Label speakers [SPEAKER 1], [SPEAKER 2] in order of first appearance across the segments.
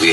[SPEAKER 1] We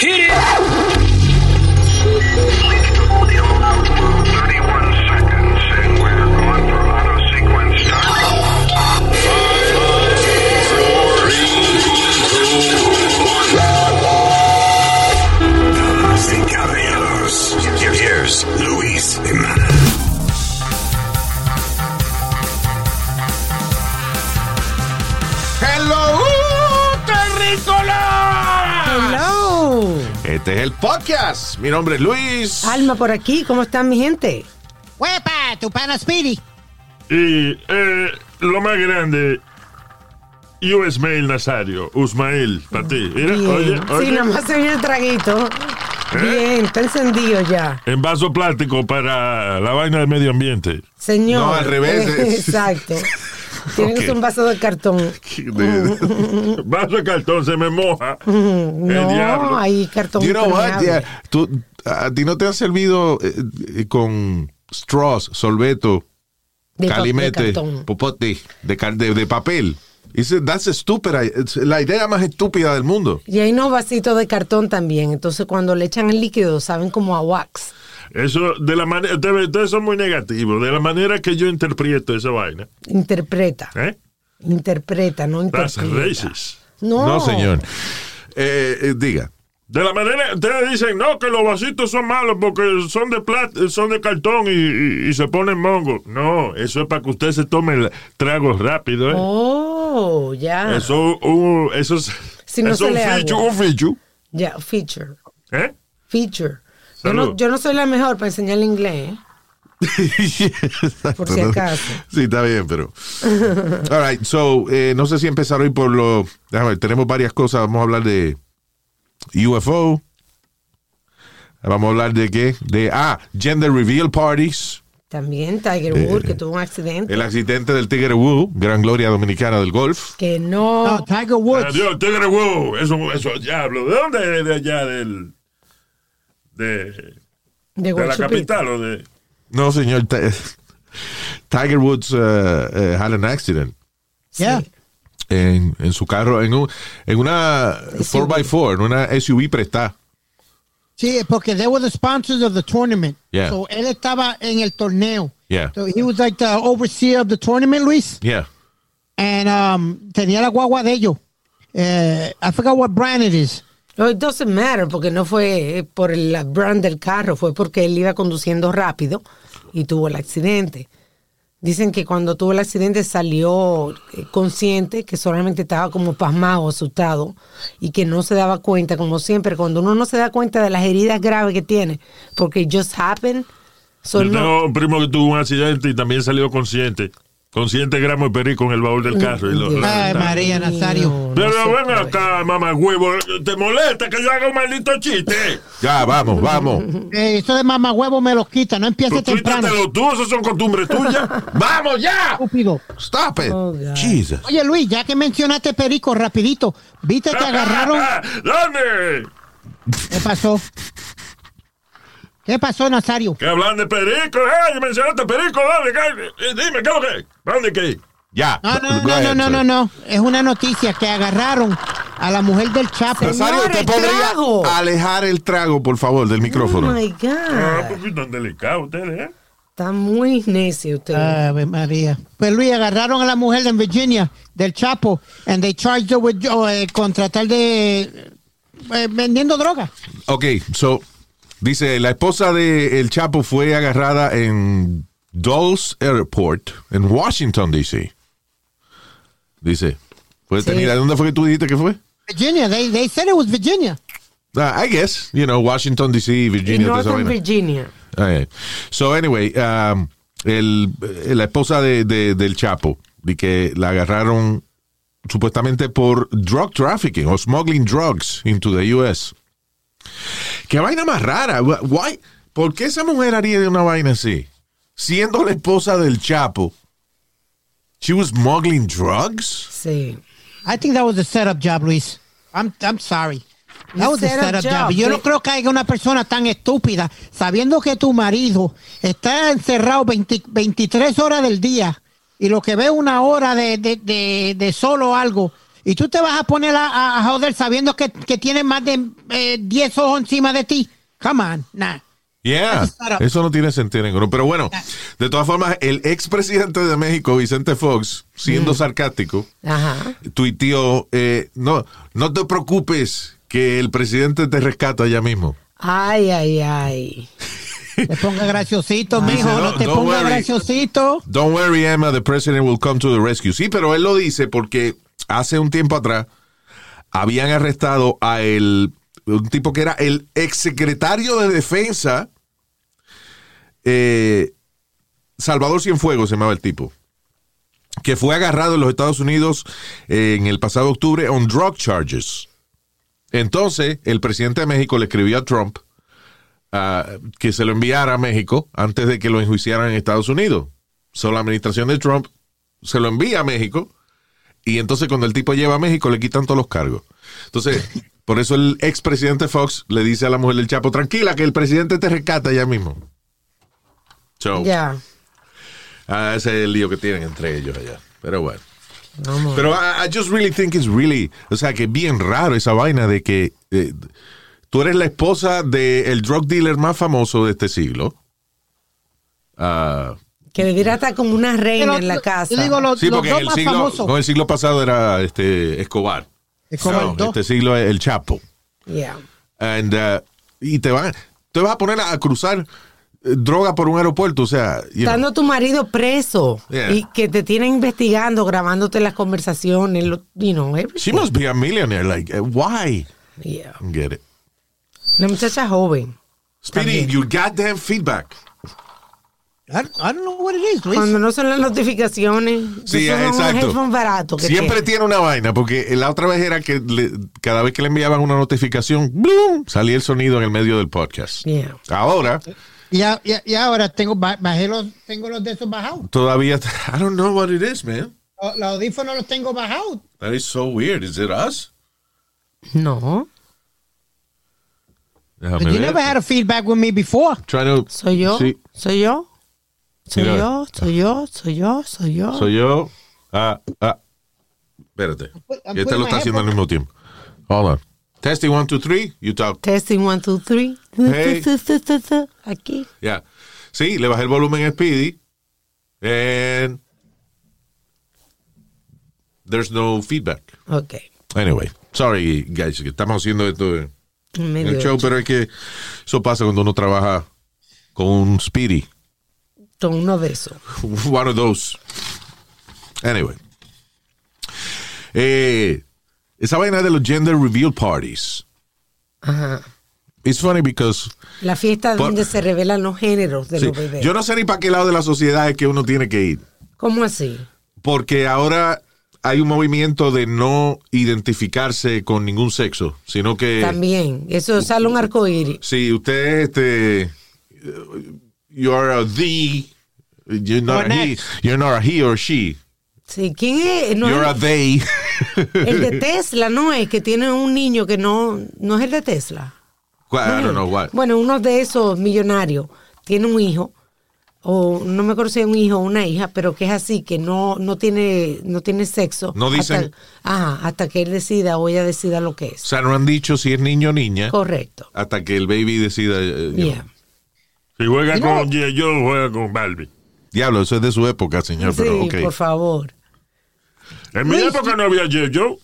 [SPEAKER 2] Hit it!
[SPEAKER 3] Damas y caballeros, here's Luis Jimenez.
[SPEAKER 4] ¡Hello, Terrícola!
[SPEAKER 5] Hello.
[SPEAKER 4] Este es el podcast. Mi nombre es Luis.
[SPEAKER 5] Alma por aquí, ¿cómo están mi gente?
[SPEAKER 6] ¡Huepa! ¡Tu pana Speedy!
[SPEAKER 7] Y eh, lo más grande, US Mail Nazario, Usmail, para ti. Mira,
[SPEAKER 5] Bien.
[SPEAKER 7] Eh, oye,
[SPEAKER 5] Sí,
[SPEAKER 7] oye,
[SPEAKER 5] nomás se vio el traguito.
[SPEAKER 7] ¿Eh?
[SPEAKER 5] Bien, está encendido ya.
[SPEAKER 7] en vaso plástico para la vaina del medio ambiente.
[SPEAKER 5] Señor.
[SPEAKER 4] No, al revés.
[SPEAKER 5] Exacto. Tiene que
[SPEAKER 4] Ok.
[SPEAKER 5] ser un vaso de cartón. uh,
[SPEAKER 7] Vaso de cartón se me moja. El
[SPEAKER 5] No,
[SPEAKER 7] diablo.
[SPEAKER 5] hay cartón.
[SPEAKER 4] You know what?
[SPEAKER 5] impermeable.
[SPEAKER 4] yeah, tú- a ti no te han servido eh, eh, con straws, sorbeto,
[SPEAKER 5] De pa- de
[SPEAKER 4] calimete,
[SPEAKER 5] cartón.
[SPEAKER 4] popote, de, car- de, de papel. Dice, that's a stupid. i- it's la idea más estúpida del mundo.
[SPEAKER 5] Y hay unos vasitos de cartón también. Entonces, cuando le echan el líquido, saben como a wax.
[SPEAKER 7] Eso, de la manera, ustedes ustedes son muy negativos. De la manera que yo interpreto esa vaina.
[SPEAKER 5] Interpreta.
[SPEAKER 7] ¿eh?
[SPEAKER 5] Interpreta, no
[SPEAKER 7] That's
[SPEAKER 5] interpreta.
[SPEAKER 7] racist.
[SPEAKER 5] No,
[SPEAKER 4] señor. Eh, eh, diga.
[SPEAKER 7] De la manera, ustedes dicen, no, que los vasitos son malos porque son de plat- son de cartón y, y- y se ponen mongo. No, eso es para que usted se tome el trago rápido. ¿eh?
[SPEAKER 5] Oh, ya.
[SPEAKER 7] Eso, uh, eso es,
[SPEAKER 5] Si no
[SPEAKER 7] eso
[SPEAKER 5] se
[SPEAKER 7] es un
[SPEAKER 5] le agua.
[SPEAKER 7] fichu, un fichu.
[SPEAKER 5] Ya, feature.
[SPEAKER 7] ¿Eh?
[SPEAKER 5] Feature. Yo no,
[SPEAKER 7] Salud.
[SPEAKER 5] yo no soy la mejor para enseñar inglés. ¿eh? Por si acaso.
[SPEAKER 4] Sí, está bien, pero. All right, so, eh, no sé si empezar hoy por lo. Déjame ver, tenemos varias cosas. Vamos a hablar de UFO. Vamos a hablar de qué? De. Ah, Gender Reveal Parties.
[SPEAKER 5] También Tiger Woods, que tuvo un accidente.
[SPEAKER 4] El accidente del Tigre Wu, gran gloria dominicana del golf.
[SPEAKER 5] Que no.
[SPEAKER 6] No,
[SPEAKER 7] Ah,
[SPEAKER 6] Tiger Woods.
[SPEAKER 7] Adiós, tigre wow. Eso, eso, diablo. ¿De dónde es de allá? Del, de, de
[SPEAKER 5] de
[SPEAKER 7] la
[SPEAKER 5] Guachupita.
[SPEAKER 7] capital o de.
[SPEAKER 4] No, señor. Ti- Tiger Woods eh, eh, had an accident.
[SPEAKER 6] Yeah.
[SPEAKER 4] En, en su carro, en, un, en una 4x4, en una SUV prestada.
[SPEAKER 6] Sí, porque they were the sponsors of the tournament.
[SPEAKER 4] Yeah.
[SPEAKER 6] So él estaba en el torneo.
[SPEAKER 4] Yeah.
[SPEAKER 6] So he was like the overseer of the tournament, Luis.
[SPEAKER 4] Yeah.
[SPEAKER 6] And um, tenía la guagua de ellos. Eh, I forgot what brand it is.
[SPEAKER 5] No, it doesn't matter, porque no fue eh, por el brand del carro, fue porque él iba conduciendo rápido y tuvo el accidente. Dicen que cuando tuvo el accidente salió eh, consciente, que solamente estaba como pasmado, asustado, y que no se daba cuenta, como siempre, cuando uno no se da cuenta de las heridas graves que tiene, porque it just happened. so
[SPEAKER 7] Yo
[SPEAKER 5] no-
[SPEAKER 7] tengo un primo que tuvo un accidente y también salió consciente. Consciente gramos de perico en el baúl del carro. y lo-
[SPEAKER 5] Dios.
[SPEAKER 6] Ay, Eh, María Nazario.
[SPEAKER 5] No, no se
[SPEAKER 7] pero ven
[SPEAKER 5] puede.
[SPEAKER 7] acá, mamá huevo. ¿Te molesta que yo haga un maldito chiste?
[SPEAKER 4] Ya, vamos, vamos.
[SPEAKER 6] Eh, eso de mamá huevo me los quita. No empiece
[SPEAKER 7] Pues
[SPEAKER 6] temprano.
[SPEAKER 7] quítatelo tú, eso son costumbres tuyas.
[SPEAKER 4] ¡Vamos ya!
[SPEAKER 6] Estúpido.
[SPEAKER 4] Stop it.
[SPEAKER 5] Oh, God.
[SPEAKER 4] Jesus.
[SPEAKER 6] Oye, Luis, ya que mencionaste Perico, rapidito. ¿Viste? Te agarraron.
[SPEAKER 7] ¿Dónde?
[SPEAKER 6] ¿Qué pasó? ¿Qué pasó, Nazario?
[SPEAKER 7] Que hablan de perico. ¡Ay, mencionaste perico! ¿Dónde? ¿Qué? Eh, Dime, ¿qué es lo que? es? ¿Dónde qué?
[SPEAKER 4] Ya.
[SPEAKER 6] No, no,
[SPEAKER 4] Go
[SPEAKER 6] no, no,
[SPEAKER 4] ahead,
[SPEAKER 6] no,
[SPEAKER 4] sir.
[SPEAKER 6] no, no. Es una noticia que agarraron a la mujer del Chapo.
[SPEAKER 4] Rosario,
[SPEAKER 5] Señor,
[SPEAKER 4] ¿te
[SPEAKER 5] el
[SPEAKER 4] podría
[SPEAKER 5] trago.
[SPEAKER 4] alejar el trago, por favor, del
[SPEAKER 5] Oh
[SPEAKER 4] micrófono?
[SPEAKER 5] my
[SPEAKER 7] Ah,
[SPEAKER 5] God.
[SPEAKER 7] pues tan delicado ustedes, ¿eh?
[SPEAKER 5] Está muy necio usted.
[SPEAKER 6] Ave María. Pues Luis, agarraron a la mujer de Virginia, del Chapo, and they charged her with oh, eh, con tratar de eh, vendiendo droga.
[SPEAKER 4] Ok, so, dice, la esposa de El Chapo fue agarrada en Dulles Airport, en Washington, D.C. Dice, fue detenida. ¿Dónde fue que tú dijiste que fue?
[SPEAKER 6] Virginia, they, they said it was Virginia.
[SPEAKER 4] Ah, I guess, you know, Washington, D.C.,
[SPEAKER 5] Y
[SPEAKER 4] Virginia. toda esa
[SPEAKER 5] Northern
[SPEAKER 4] vaina.
[SPEAKER 5] Virginia.
[SPEAKER 4] All right. So, anyway, um, el, eh, la esposa de, de- del Chapo, de que la agarraron supuestamente por drug trafficking o smuggling drugs into the U.S. Qué vaina más rara. Wh- Why? ¿Por qué esa mujer haría de una vaina así? Siendo la esposa del Chapo, she was smuggling drugs?
[SPEAKER 5] Sí.
[SPEAKER 6] I think that was a setup job, Luis. I'm, I'm sorry. That
[SPEAKER 5] A
[SPEAKER 6] was a
[SPEAKER 5] setup
[SPEAKER 6] setup
[SPEAKER 5] job,
[SPEAKER 6] job. Yo no
[SPEAKER 5] sí.
[SPEAKER 6] creo que haya una persona tan estúpida, sabiendo que tu marido está encerrado 20 23 horas del día y lo que ve es una hora de, de, de, de solo algo. Y tú te vas a poner a, a- a joder sabiendo que, que tienes más de eh, 10 ojos encima de ti. Come on, nah.
[SPEAKER 4] Yeah, eso no tiene sentido ninguno. Pero bueno, de todas formas, el expresidente de México, Vicente Fox, siendo sarcástico,
[SPEAKER 5] Ajá.
[SPEAKER 4] tuiteó, eh, no, no te preocupes que el presidente te rescata ya mismo.
[SPEAKER 5] Ay, ay, ay.
[SPEAKER 6] Te ponga graciosito, mijo.
[SPEAKER 4] no,
[SPEAKER 6] No, te
[SPEAKER 4] don't
[SPEAKER 6] ponga
[SPEAKER 4] worry.
[SPEAKER 6] graciosito.
[SPEAKER 4] Don't worry, Emma, the president will come to the rescue. Sí, pero él lo dice porque hace un tiempo atrás habían arrestado a el, un tipo que era el exsecretario de defensa, eh, Salvador Cienfuegos se llamaba el tipo, que fue agarrado en los Estados Unidos eh, en el pasado octubre on drug charges. Entonces, el presidente de México le escribió a Trump ah, que se lo enviara a México antes de que lo enjuiciaran en Estados Unidos. So, la administración de Trump se lo envía a México y entonces cuando el tipo lleva a México le quitan todos los cargos. Entonces, por eso el expresidente Fox le dice a la mujer del Chapo, tranquila, que el presidente te rescata ya mismo. So,
[SPEAKER 5] Ya.
[SPEAKER 4] ah, ese es el lío que tienen entre ellos allá. Pero bueno.
[SPEAKER 5] Vamos.
[SPEAKER 4] Pero I, I just really think it's really, o sea, que es bien raro esa vaina de que eh, tú eres la esposa del drug dealer más famoso de este siglo. Ah,
[SPEAKER 5] que debiera estar como una reina
[SPEAKER 6] Pero
[SPEAKER 5] en la
[SPEAKER 6] yo
[SPEAKER 5] casa.
[SPEAKER 6] digo, los,
[SPEAKER 4] sí,
[SPEAKER 6] los
[SPEAKER 4] porque
[SPEAKER 6] dos
[SPEAKER 4] el
[SPEAKER 6] más
[SPEAKER 4] siglo,
[SPEAKER 6] famosos.
[SPEAKER 4] no, el siglo pasado era este Escobar.
[SPEAKER 6] Escobar,
[SPEAKER 4] No,
[SPEAKER 6] dos.
[SPEAKER 4] este siglo es el Chapo.
[SPEAKER 5] Yeah.
[SPEAKER 4] And, uh, y te van, te vas a poner a cruzar eh, droga por un aeropuerto, o sea, you know.
[SPEAKER 5] Estando tu marido preso
[SPEAKER 4] Yeah.
[SPEAKER 5] y que te tienen investigando, grabándote las conversaciones, lo, you know, everything.
[SPEAKER 4] she must be a millionaire, like eh, why?
[SPEAKER 5] Yeah.
[SPEAKER 4] I don't Get it.
[SPEAKER 5] Una muchacha joven.
[SPEAKER 4] Speedy,
[SPEAKER 5] También.
[SPEAKER 4] your goddamn feedback.
[SPEAKER 6] I, I don't know what it is, Luis.
[SPEAKER 5] Cuando no son las notificaciones,
[SPEAKER 4] Sí,
[SPEAKER 5] esos son unos
[SPEAKER 4] exacto.
[SPEAKER 5] headphones baratos que
[SPEAKER 4] Siempre
[SPEAKER 5] tienen.
[SPEAKER 4] tiene una vaina, porque la otra vez era que le- cada vez que le enviaban una notificación, ¡blum! salía el sonido en el medio del podcast.
[SPEAKER 5] Yeah.
[SPEAKER 4] Ahora,
[SPEAKER 6] Y, a- y a- y ahora tengo, ba- bajé los, tengo los de esos bajados.
[SPEAKER 4] todavía, I don't know what it is, man.
[SPEAKER 6] Los, los audífonos los tengo bajados.
[SPEAKER 4] That is so weird. Is it us?
[SPEAKER 5] No,
[SPEAKER 4] Déjame
[SPEAKER 6] But you
[SPEAKER 4] ver.
[SPEAKER 6] never had a feedback with me before.
[SPEAKER 4] Trying to-
[SPEAKER 5] soy yo,
[SPEAKER 4] Sí,
[SPEAKER 5] soy yo, soy
[SPEAKER 4] Mira.
[SPEAKER 5] yo, soy yo, soy yo, soy yo.
[SPEAKER 4] soy yo. Ah, ah. Espérate.
[SPEAKER 6] put- I'm
[SPEAKER 4] Este
[SPEAKER 6] putting
[SPEAKER 4] lo
[SPEAKER 6] my
[SPEAKER 4] está haciendo al mismo tiempo. Hold on. Testing one, two, three. You talk.
[SPEAKER 5] Testing one, two, three.
[SPEAKER 4] Hey.
[SPEAKER 5] Aquí.
[SPEAKER 4] Ya. Sí, le bajé el volumen a Speedy. And there's no feedback.
[SPEAKER 5] Ok.
[SPEAKER 4] Anyway, sorry guys, que estamos haciendo esto en
[SPEAKER 5] Medio
[SPEAKER 4] el show,
[SPEAKER 5] hecho.
[SPEAKER 4] pero es que eso pasa cuando uno trabaja con un Speedy.
[SPEAKER 5] Con uno de esos.
[SPEAKER 4] One of those. Anyway. Eh, esa vaina de los gender reveal parties.
[SPEAKER 5] Ajá.
[SPEAKER 4] It's funny because
[SPEAKER 5] La fiesta
[SPEAKER 4] Por-
[SPEAKER 5] donde se revelan los géneros de
[SPEAKER 4] sí,
[SPEAKER 5] los bebés.
[SPEAKER 4] yo no sé ni para qué lado de la sociedad es que uno tiene que ir.
[SPEAKER 5] ¿Cómo así?
[SPEAKER 4] Porque ahora hay un movimiento de no identificarse con ningún sexo, sino que
[SPEAKER 5] También. Eso sale un arcoíris.
[SPEAKER 4] si usted este you are a the you're not
[SPEAKER 6] Or
[SPEAKER 4] a he,
[SPEAKER 6] next.
[SPEAKER 4] you're not a he or she.
[SPEAKER 5] Sí, ¿quién es? No
[SPEAKER 4] you're a
[SPEAKER 5] es-
[SPEAKER 4] they.
[SPEAKER 5] el de Tesla, ¿no? Es que tiene un niño que no, no es el de Tesla.
[SPEAKER 4] I
[SPEAKER 5] No
[SPEAKER 4] don't
[SPEAKER 5] es.
[SPEAKER 4] know what.
[SPEAKER 5] Mm. Bueno, uno de esos millonarios tiene un hijo, o no me acuerdo si es un hijo o una hija, pero que es así, que no, no tiene, no tiene sexo.
[SPEAKER 4] No dicen-
[SPEAKER 5] Hasta, ajá, hasta que él decida o ella decida lo que
[SPEAKER 4] O
[SPEAKER 5] es.
[SPEAKER 4] sea, no han dicho si es niño o niña
[SPEAKER 5] Correcto.
[SPEAKER 4] hasta que el baby decida. eh, you
[SPEAKER 5] Yeah.
[SPEAKER 4] know.
[SPEAKER 7] Si juega
[SPEAKER 6] You know-
[SPEAKER 7] con G.I. Joe, juega con Barbie.
[SPEAKER 4] Diablo, eso es de su época, señor,
[SPEAKER 5] Sí,
[SPEAKER 4] pero ok.
[SPEAKER 5] por favor.
[SPEAKER 7] En mi
[SPEAKER 6] Luis,
[SPEAKER 7] época no había G.I. Joe.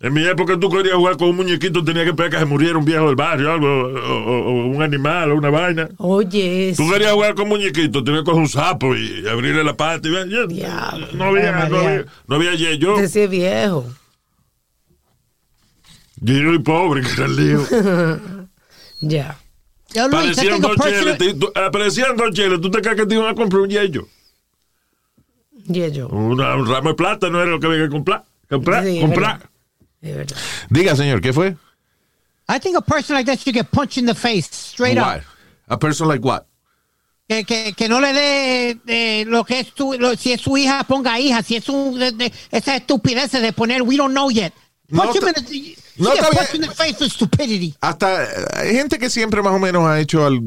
[SPEAKER 7] En mi época tú querías jugar con un muñequito, tenía que esperar que se muriera un viejo del barrio, algo, o, o- o un animal, o una vaina.
[SPEAKER 5] Oye,
[SPEAKER 7] Tú
[SPEAKER 5] sí.
[SPEAKER 7] querías jugar con muñequito, tenías que coger un sapo y abrirle la pata. Y, yo-
[SPEAKER 5] Diablo,
[SPEAKER 7] no había,
[SPEAKER 6] María.
[SPEAKER 7] no había, no había G.I. Joe.
[SPEAKER 5] ese viejo.
[SPEAKER 7] Yo soy pobre, que era el lío.
[SPEAKER 5] Ya.
[SPEAKER 6] Yo, Luis, I
[SPEAKER 7] Parecían
[SPEAKER 6] think a
[SPEAKER 7] dos cheles.
[SPEAKER 6] personal,
[SPEAKER 7] te- tú- eh, Aparecían dos cheles. ¿Tú te crees que te iban a comprar un yello?
[SPEAKER 5] Ya yo.
[SPEAKER 7] Una- un ramo de plata no era lo que había que comprar. Comprar,
[SPEAKER 5] Sí, es
[SPEAKER 7] comprar.
[SPEAKER 5] verdad. Es verdad.
[SPEAKER 4] Diga, señor, ¿qué fue?
[SPEAKER 6] I think a person like that should get punched in the face, straight up.
[SPEAKER 4] Why? A person like what?
[SPEAKER 6] Que, que, que no le dé eh, lo que es tu, lo- si es su hija, ponga hija. Si es un, de, de- esa estupidez de poner we don't know yet.
[SPEAKER 4] No
[SPEAKER 6] Punch him in
[SPEAKER 4] está-
[SPEAKER 6] the, you
[SPEAKER 4] no
[SPEAKER 6] get
[SPEAKER 4] está bien.
[SPEAKER 6] punched in the face for stupidity.
[SPEAKER 4] Hasta eh, hay gente que siempre más o menos ha hecho al-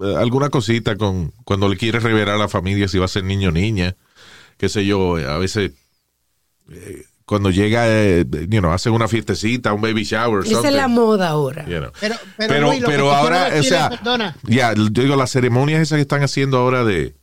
[SPEAKER 4] eh, alguna cosita con cuando le quiere revelar a la familia si va a ser niño o niña, qué sé yo, eh, a veces eh, cuando llega, eh, you know, hacen una fiestecita, un baby shower.
[SPEAKER 5] Esa es
[SPEAKER 4] something,
[SPEAKER 5] la moda ahora.
[SPEAKER 4] you know.
[SPEAKER 6] Pero- pero,
[SPEAKER 4] pero,
[SPEAKER 6] Luis, lo que
[SPEAKER 4] pero
[SPEAKER 6] te quiero
[SPEAKER 4] ahora, o
[SPEAKER 6] decir
[SPEAKER 4] sea,
[SPEAKER 6] es- perdona.
[SPEAKER 4] ya, yo digo, las ceremonias esas que están haciendo ahora de,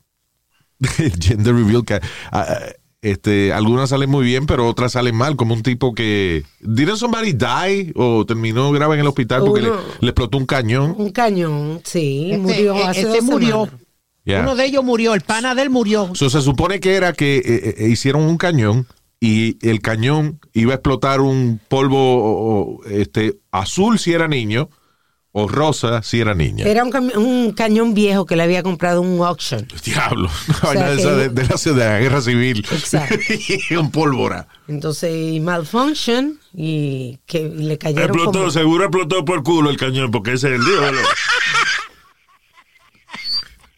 [SPEAKER 4] de gender reveal, que, ah, ah, este, algunas salen muy bien, pero otras salen mal, como un tipo que, ¿didn't somebody die? O terminó grave en el hospital porque le,
[SPEAKER 5] Uno-
[SPEAKER 4] le explotó un cañón.
[SPEAKER 5] Un cañón, sí,
[SPEAKER 6] Este,
[SPEAKER 5] murió
[SPEAKER 6] eh,
[SPEAKER 5] hace
[SPEAKER 6] este
[SPEAKER 5] dos
[SPEAKER 6] murió.
[SPEAKER 5] semanas.
[SPEAKER 4] Yeah.
[SPEAKER 6] Uno de ellos murió, el pana de él murió.
[SPEAKER 4] So, se supone que era que eh, eh, hicieron un cañón y el cañón iba a explotar un polvo o- o, este, azul si era niño o rosa si era niña.
[SPEAKER 5] Era un, cami- un cañón viejo que le había comprado en un auction.
[SPEAKER 4] Diablo, una vaina
[SPEAKER 5] sea,
[SPEAKER 4] de,
[SPEAKER 5] que-
[SPEAKER 4] esa de- de la, de la guerra civil.
[SPEAKER 5] Exacto.
[SPEAKER 4] un pólvora.
[SPEAKER 5] Entonces, y malfunction y que y le cayeron
[SPEAKER 7] Explotó,
[SPEAKER 5] como-
[SPEAKER 7] seguro explotó por culo el cañón, porque ese es el lío. ¿verdad?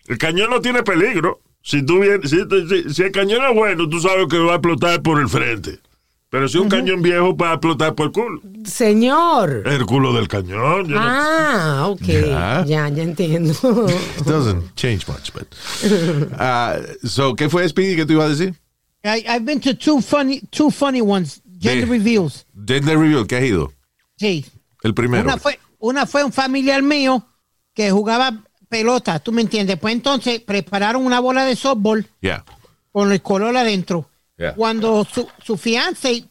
[SPEAKER 7] el cañón no tiene peligro. Si, tú bien- si, si- si el cañón es bueno, tú sabes que va a explotar por el frente. Pero si un cañón viejo va a explotar por el culo.
[SPEAKER 5] Señor.
[SPEAKER 7] El culo del cañón. yo no-
[SPEAKER 5] Ah, ok.
[SPEAKER 4] Ya.
[SPEAKER 5] Ya, ya entiendo.
[SPEAKER 4] It doesn't change much, but. Ah, so, ¿qué fue, Speedy, que tú ibas a decir?
[SPEAKER 6] I, I've been to two funny, two funny ones, gender
[SPEAKER 4] De-
[SPEAKER 6] reveals.
[SPEAKER 4] Gender Reveal, ¿qué has ido?
[SPEAKER 6] Sí.
[SPEAKER 4] El primero.
[SPEAKER 6] Una fue, una fue un familiar mío que jugaba pelota, tú me entiendes. Pues entonces prepararon una bola de softball
[SPEAKER 4] Yeah.
[SPEAKER 6] con el color adentro.
[SPEAKER 4] Yeah.
[SPEAKER 6] Cuando su, su fiance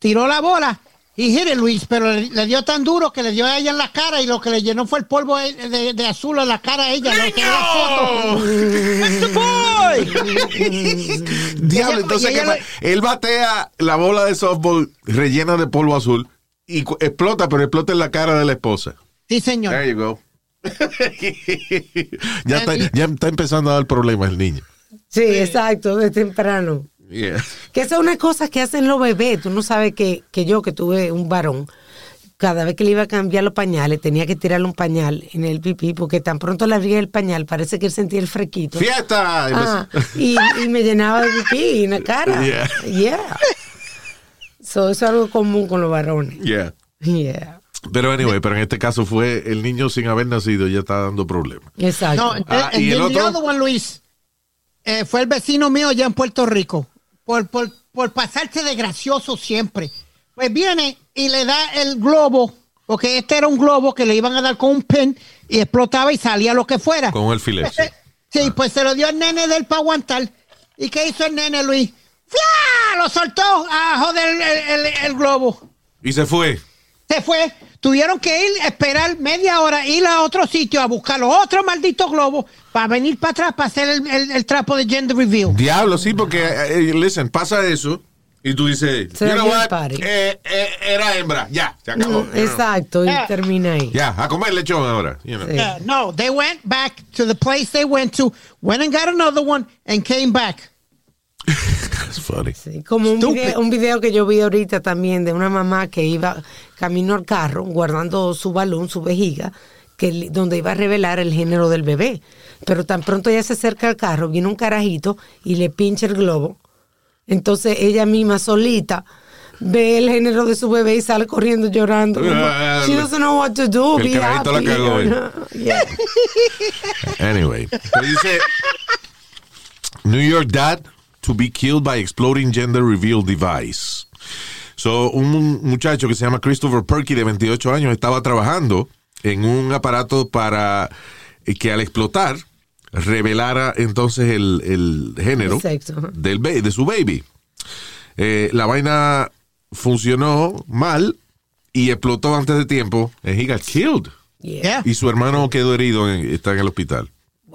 [SPEAKER 6] tiró la bola, y gire Luis, pero le, le dio tan duro que le dio a ella en la cara y lo que le llenó fue el polvo de, de- de azul en la cara a ella. Lo que era foto. That's the boy.
[SPEAKER 4] Diablo,
[SPEAKER 6] Ella-
[SPEAKER 4] entonces
[SPEAKER 6] ella
[SPEAKER 4] ¿qué
[SPEAKER 6] lo-
[SPEAKER 4] pa- él batea la bola de softball rellena de polvo azul y cu- explota, pero explota en la cara de la esposa.
[SPEAKER 6] Sí, señor.
[SPEAKER 4] There you go. ya, está, ya está empezando a dar problemas el niño.
[SPEAKER 5] Sí, exacto, de temprano.
[SPEAKER 4] Yeah.
[SPEAKER 5] Que esa es una cosa que hacen los bebés. Tú no sabes que, que yo, que tuve un varón, cada vez que le iba a cambiar los pañales, tenía que tirarle un pañal en el pipí, porque tan pronto le abría el pañal, parece que él sentía el fresquito.
[SPEAKER 4] ¡Fiesta!
[SPEAKER 5] Ah, y, y me llenaba de pipí en la cara.
[SPEAKER 4] Yeah.
[SPEAKER 5] Yeah. So, eso es algo común con los varones.
[SPEAKER 4] Yeah.
[SPEAKER 5] Yeah.
[SPEAKER 4] Pero anyway, pero en este caso fue el niño sin haber nacido, ya está dando problemas.
[SPEAKER 5] Exacto.
[SPEAKER 6] No, eh,
[SPEAKER 4] Ah,
[SPEAKER 6] and
[SPEAKER 4] ¿y el
[SPEAKER 6] then the
[SPEAKER 4] otro?
[SPEAKER 6] other one, Luis, eh, fue el vecino mío allá en Puerto Rico, por, por, por pasarse de gracioso siempre. Pues viene y le da el globo, porque este era un globo que le iban a dar con un pen y explotaba y salía lo que fuera.
[SPEAKER 4] Con Ah. un alfiler,
[SPEAKER 6] Pues, eh, Sí, pues se lo dio al nene del para aguantar. ¿Y qué hizo el nene, Luis? ¡Fla! Lo soltó abajo del el- el- el globo
[SPEAKER 4] Y se fue.
[SPEAKER 6] se fue. Tuvieron que ir, esperar media hora, ir a otro sitio a buscar los otros malditos globos para venir para atrás para hacer el, el- el trapo de gender review.
[SPEAKER 4] Diablo, sí, porque, eh, eh, listen, pasa eso y tú dices,
[SPEAKER 5] Se dañó el party.
[SPEAKER 4] Eh, eh, era hembra, ya, se acabó.
[SPEAKER 5] Mm, Exacto, y
[SPEAKER 6] Ah.
[SPEAKER 5] termina ahí.
[SPEAKER 4] Ya, a comer lechón ahora. you know.
[SPEAKER 5] Sí.
[SPEAKER 6] Yeah, Uh, no, they went back to the place they went to, went and got another one, and came back.
[SPEAKER 4] That's funny.
[SPEAKER 5] Sí, como un
[SPEAKER 6] Stupid.
[SPEAKER 5] video, un video que yo vi ahorita también de una mamá que iba camino al carro guardando su balón, su vejiga, que le- donde iba a revelar el género del bebé. Pero tan pronto ella se acerca al carro, viene un carajito y le pincha el globo. Entonces ella misma solita ve el género de su bebé y sale corriendo llorando. como,
[SPEAKER 4] Ah,
[SPEAKER 5] She doesn't know what to do.
[SPEAKER 4] el
[SPEAKER 5] be
[SPEAKER 4] carajito la
[SPEAKER 5] happy",
[SPEAKER 4] cagó, eh.
[SPEAKER 5] you know. Yeah.
[SPEAKER 4] Anyway, pero dice New York dad to be killed by exploding gender reveal device. So, un muchacho que se llama Christopher Perky de 28 años estaba trabajando en un aparato para eh, que al explotar revelara entonces el, el género
[SPEAKER 5] El sexo.
[SPEAKER 4] del ba- de su baby. Eh, la vaina funcionó mal y explotó antes de tiempo. And he got killed.
[SPEAKER 5] Yeah.
[SPEAKER 6] Yeah.
[SPEAKER 4] Y su hermano quedó herido, en- está en el hospital.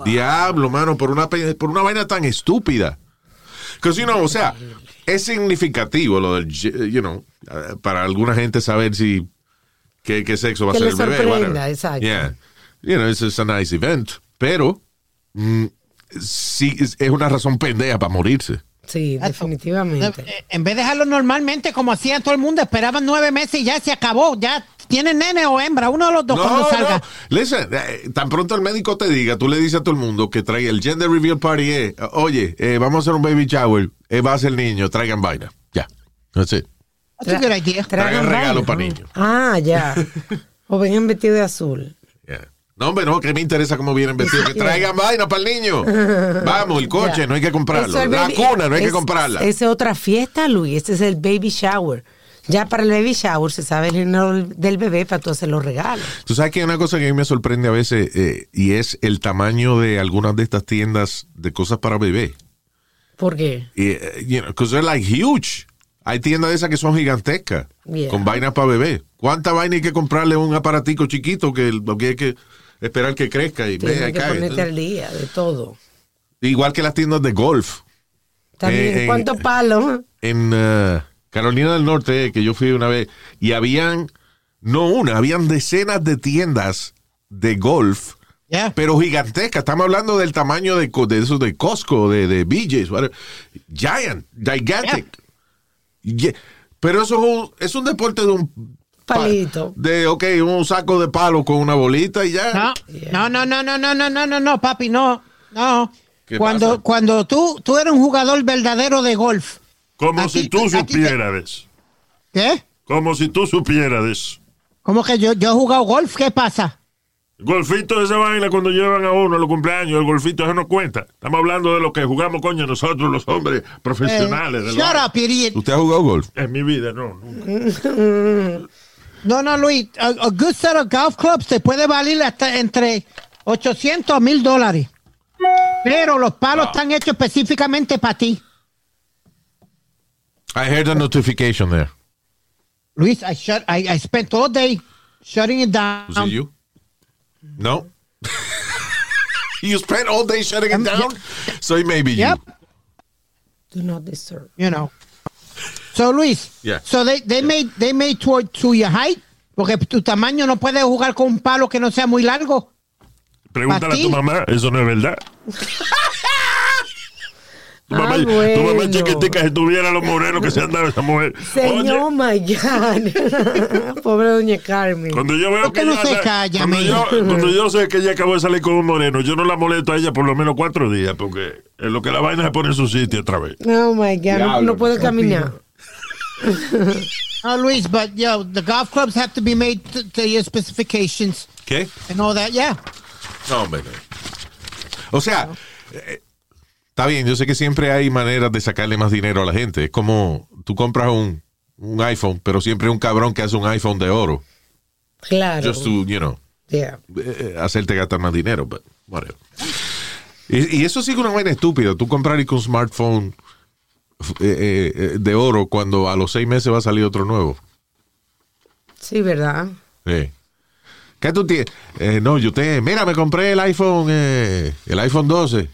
[SPEAKER 4] Diablo, mano, por una, pe- por una vaina tan estúpida. Que si no, o sea, es significativo lo del, ge- you know, eh, para alguna gente saber si, qué, qué sexo va a
[SPEAKER 5] Que
[SPEAKER 4] ser
[SPEAKER 5] le
[SPEAKER 4] el bebé.
[SPEAKER 5] sorprenda,
[SPEAKER 4] whatever.
[SPEAKER 5] exacto.
[SPEAKER 4] Yeah. You know, it's, it's a nice event. Pero, mm, sí, es es una razón pendeja para morirse.
[SPEAKER 5] Sí, definitivamente.
[SPEAKER 6] Eh, En vez de dejarlo normalmente, como hacía todo el mundo, esperaban nueve meses y ya se acabó. Ya tienen nene o hembra, uno de los dos cuando salga.
[SPEAKER 4] Listen, eh, tan pronto el médico te diga, tú le dices a todo el mundo que trae el gender reveal party, eh, oye, eh, vamos a hacer un baby shower, eh, va a ser niño, traigan vaina. Ya. That's it.
[SPEAKER 6] That's a good idea.
[SPEAKER 5] Tragan
[SPEAKER 4] regalo
[SPEAKER 5] vaina.
[SPEAKER 4] pa' niños.
[SPEAKER 5] Ah, ya. o vengan vestidos de azul.
[SPEAKER 4] Yeah. No, hombre, no, que me interesa cómo vienen vestidos. Que traigan vaina para el niño. Vamos, el coche,
[SPEAKER 5] Ya.
[SPEAKER 4] no hay que comprarlo.
[SPEAKER 5] Eso es
[SPEAKER 4] La
[SPEAKER 5] baby-
[SPEAKER 4] cuna, no hay que
[SPEAKER 5] es-
[SPEAKER 4] comprarla.
[SPEAKER 5] Esa es otra fiesta, Luis. Este es el baby shower. Ya para el baby shower se sabe el género del bebé para tú hacer los regalos.
[SPEAKER 4] Tú sabes que hay una cosa que a mí me sorprende a veces eh, y es el tamaño de algunas de estas tiendas de cosas para bebé.
[SPEAKER 5] ¿Por qué?
[SPEAKER 4] Y, eh, you know, 'cause they're like huge. Hay tiendas de esas que son gigantescas,
[SPEAKER 5] Yeah.
[SPEAKER 4] con vainas para bebé. ¿Cuánta vaina hay que comprarle a un aparatico chiquito que lo que hay que esperar que crezca y
[SPEAKER 5] Tienes
[SPEAKER 4] vea,
[SPEAKER 5] que
[SPEAKER 4] cae?
[SPEAKER 5] ponerte al día de todo.
[SPEAKER 4] Igual que las tiendas de golf.
[SPEAKER 5] También,
[SPEAKER 4] Eh, eh,
[SPEAKER 5] ¿cuántos palos?
[SPEAKER 4] en eh, Carolina del Norte, eh, que yo fui una vez, y habían, no una, habían decenas de tiendas de golf,
[SPEAKER 6] Yeah.
[SPEAKER 4] pero gigantescas. Estamos hablando del tamaño de, co- de esos de Costco, de, de BJ's, whatever. giant, gigantic. Ye- Pero eso es un, es un deporte de un pa-
[SPEAKER 5] Palito.
[SPEAKER 4] De, ok, un saco de palo con una bolita y ya.
[SPEAKER 6] No, no, no, no, no, no, no, no, no, no, papi, no, no.
[SPEAKER 4] ¿Qué
[SPEAKER 6] Cuando,
[SPEAKER 4] pasa?
[SPEAKER 6] cuando tú, tú eres un jugador verdadero de golf,
[SPEAKER 7] Como
[SPEAKER 6] Aquí-
[SPEAKER 7] si tú
[SPEAKER 6] aquí te-
[SPEAKER 7] supieras de eso.
[SPEAKER 6] ¿qué?
[SPEAKER 7] Como si tú supieras de eso.
[SPEAKER 6] ¿Cómo que yo, yo he jugado golf? ¿Qué pasa?
[SPEAKER 7] Golfito de esa vaina cuando llevan a uno a los cumpleaños, el golfito eso no cuenta. Estamos hablando de lo que jugamos, coño, nosotros los hombres
[SPEAKER 6] Eh,
[SPEAKER 7] profesionales. de lo-
[SPEAKER 6] shut up, idiot.
[SPEAKER 4] ¿Usted ha jugado golf?
[SPEAKER 7] En mi vida, no, nunca.
[SPEAKER 6] No, no, Luis, a, a good set of golf clubs te puede valer hasta entre 800 a 1000 dólares. Pero los palos están hechos específicamente para ti.
[SPEAKER 4] I heard a notification there.
[SPEAKER 6] Luis, I, shut, I, I spent all day shutting it down.
[SPEAKER 4] Was it you? No. you spent all day shutting it
[SPEAKER 6] Um,
[SPEAKER 4] down? So it may be
[SPEAKER 6] Yep.
[SPEAKER 4] you.
[SPEAKER 5] Do not disturb.
[SPEAKER 6] you know. So Luis,
[SPEAKER 4] Yeah.
[SPEAKER 6] so they, they made they made toward to your height porque tu tamaño no puedes jugar con un palo que no sea muy largo.
[SPEAKER 7] Pregúntale a tu
[SPEAKER 6] ¿Patín?
[SPEAKER 7] mamá, eso no es verdad. Tu mamá,
[SPEAKER 5] Ah,
[SPEAKER 7] tu
[SPEAKER 5] bueno.
[SPEAKER 7] mamá chiquitica, si tuviera los morenos que se han dado esa mujer.
[SPEAKER 5] Señor, oh
[SPEAKER 7] Oye,
[SPEAKER 5] my God. Pobre doña Carmen.
[SPEAKER 7] cuando yo veo
[SPEAKER 6] ¿Por qué
[SPEAKER 7] que
[SPEAKER 6] no
[SPEAKER 7] ella
[SPEAKER 6] se
[SPEAKER 7] anda-
[SPEAKER 6] calla,
[SPEAKER 7] cuando, yo,
[SPEAKER 6] mijo?
[SPEAKER 7] cuando yo sé que ella acabó de salir con un moreno, yo no la molesto a ella por lo menos cuatro días, porque es lo que la vaina se pone en su sitio otra vez.
[SPEAKER 5] Oh my God, no,
[SPEAKER 4] Diablo,
[SPEAKER 5] no puede caminar.
[SPEAKER 6] No, Luis, but yo, the golf clubs have to be made to, to your specifications
[SPEAKER 4] ¿Qué?
[SPEAKER 6] and all that. Yeah.
[SPEAKER 4] No, hombre. no. O sea, eh, está bien, yo sé que siempre hay maneras de sacarle más dinero a la gente. Es como tú compras un, un iPhone, pero siempre hay un cabrón que hace un iPhone de oro.
[SPEAKER 5] Claro.
[SPEAKER 4] Just to, you know,
[SPEAKER 5] Yeah.
[SPEAKER 4] eh, eh, hacerte gastar más dinero, but whatever. Y, y eso sí que una vaina estúpida. Tú comprar y que un smartphone eh, eh, eh, de oro cuando a los seis meses va a salir otro nuevo.
[SPEAKER 5] Sí, ¿verdad?
[SPEAKER 4] Eh. ¿Qué tú tienes? Eh, no, yo te. Mira, me compré el iPhone, eh, el iPhone 12.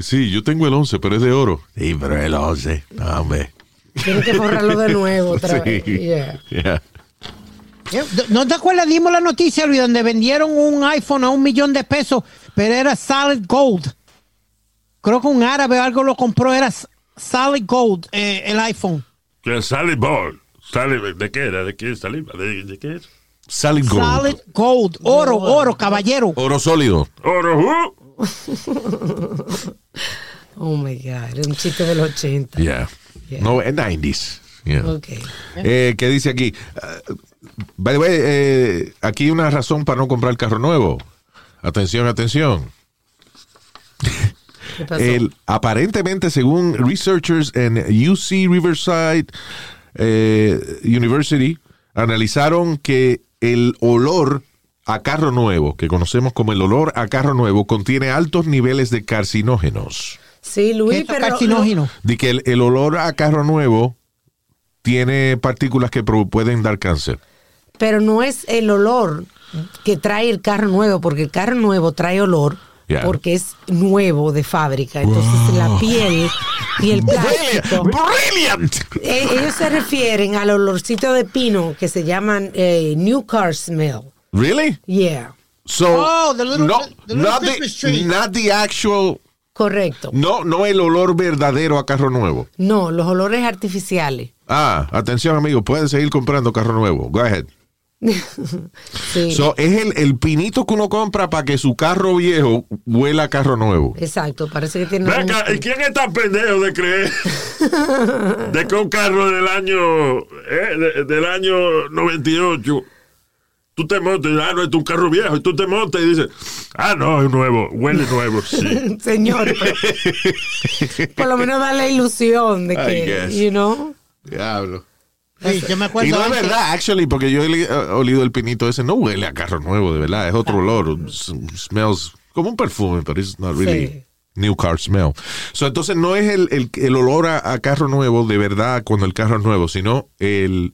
[SPEAKER 4] Sí, yo tengo el 11, pero es de oro. Sí, pero el 11. No, hombre.
[SPEAKER 5] Tiene que borrarlo de nuevo otra
[SPEAKER 4] Sí.
[SPEAKER 5] vez. Yeah.
[SPEAKER 4] Yeah.
[SPEAKER 6] Yeah, ¿No te acuerdas? Dimos la noticia, Luis, donde vendieron un iPhone a un millón de pesos, pero era solid gold. Creo que un árabe o algo lo compró, era s- solid gold eh, el iPhone.
[SPEAKER 7] Que sale ball. Sale, ¿De qué era? ¿De qué es saliva? ¿De, de qué es?
[SPEAKER 4] Solid gold.
[SPEAKER 6] Solid gold, oro, oro, caballero.
[SPEAKER 4] Oro sólido.
[SPEAKER 7] Oro, uh, ¿huh?
[SPEAKER 5] Oh my God, era un chiste del 80.
[SPEAKER 4] Yeah.
[SPEAKER 5] Yeah.
[SPEAKER 4] No, es 90s. Yeah.
[SPEAKER 5] Ok.
[SPEAKER 4] Eh, ¿Qué dice aquí? Ah, by the way, eh, aquí hay una razón para no comprar carro nuevo. Atención, atención.
[SPEAKER 5] ¿Qué pasó?
[SPEAKER 4] El, aparentemente, según researchers en UC Riverside eh, University, analizaron que el olor a carro nuevo, que conocemos como el olor a carro nuevo, contiene altos niveles de carcinógenos.
[SPEAKER 5] sí, Luis,
[SPEAKER 6] Esto es
[SPEAKER 5] pero.
[SPEAKER 6] carcinógeno.
[SPEAKER 4] De que el, el olor a carro nuevo tiene partículas que provo- pueden dar cáncer.
[SPEAKER 5] Pero no es el olor que trae el carro nuevo, porque el carro nuevo trae olor
[SPEAKER 4] Yeah.
[SPEAKER 5] porque es nuevo de fábrica. Entonces la piel y el plástico.
[SPEAKER 4] ¡Brilliant!
[SPEAKER 5] Eh, ellos se refieren al olorcito de pino que se llaman eh, New Car Smell.
[SPEAKER 4] ¿Really?
[SPEAKER 5] Yeah,
[SPEAKER 4] So,
[SPEAKER 6] Oh, the little-
[SPEAKER 4] no,
[SPEAKER 6] the little
[SPEAKER 4] not
[SPEAKER 6] Christmas tree.
[SPEAKER 4] not the actual
[SPEAKER 5] correcto.
[SPEAKER 4] No, no el olor verdadero a carro nuevo.
[SPEAKER 5] No, los olores artificiales.
[SPEAKER 4] Ah, atención amigo, pueden seguir comprando carro nuevo. Go ahead.
[SPEAKER 5] Sí,
[SPEAKER 4] So, es el, el pinito que uno compra para que su carro viejo huela a carro nuevo.
[SPEAKER 5] exacto, parece que tiene un-
[SPEAKER 7] Venga, ¿y quién es tan pendejo de creer de que un carro del año eh, de- del año 98 tú te montas, ah, no, es un carro viejo, y tú te montas y dices, ah, no, es nuevo, huele nuevo, sí.
[SPEAKER 5] Señor, pero- por lo menos da la ilusión de
[SPEAKER 4] I
[SPEAKER 5] que,
[SPEAKER 4] guess.
[SPEAKER 5] you know.
[SPEAKER 4] Diablo.
[SPEAKER 6] Sí, yo me
[SPEAKER 5] Pues
[SPEAKER 6] acuerdo
[SPEAKER 4] Y no es
[SPEAKER 6] antes-
[SPEAKER 4] verdad, actually, porque yo he li- eh, olido el pinito ese. No huele a carro nuevo, de verdad. Es otro olor. S- Smells como un perfume, pero it's not really
[SPEAKER 5] Sí.
[SPEAKER 4] new car smell. So, entonces no es el, el- el olor a, a carro nuevo, de verdad, cuando el carro es nuevo, sino el,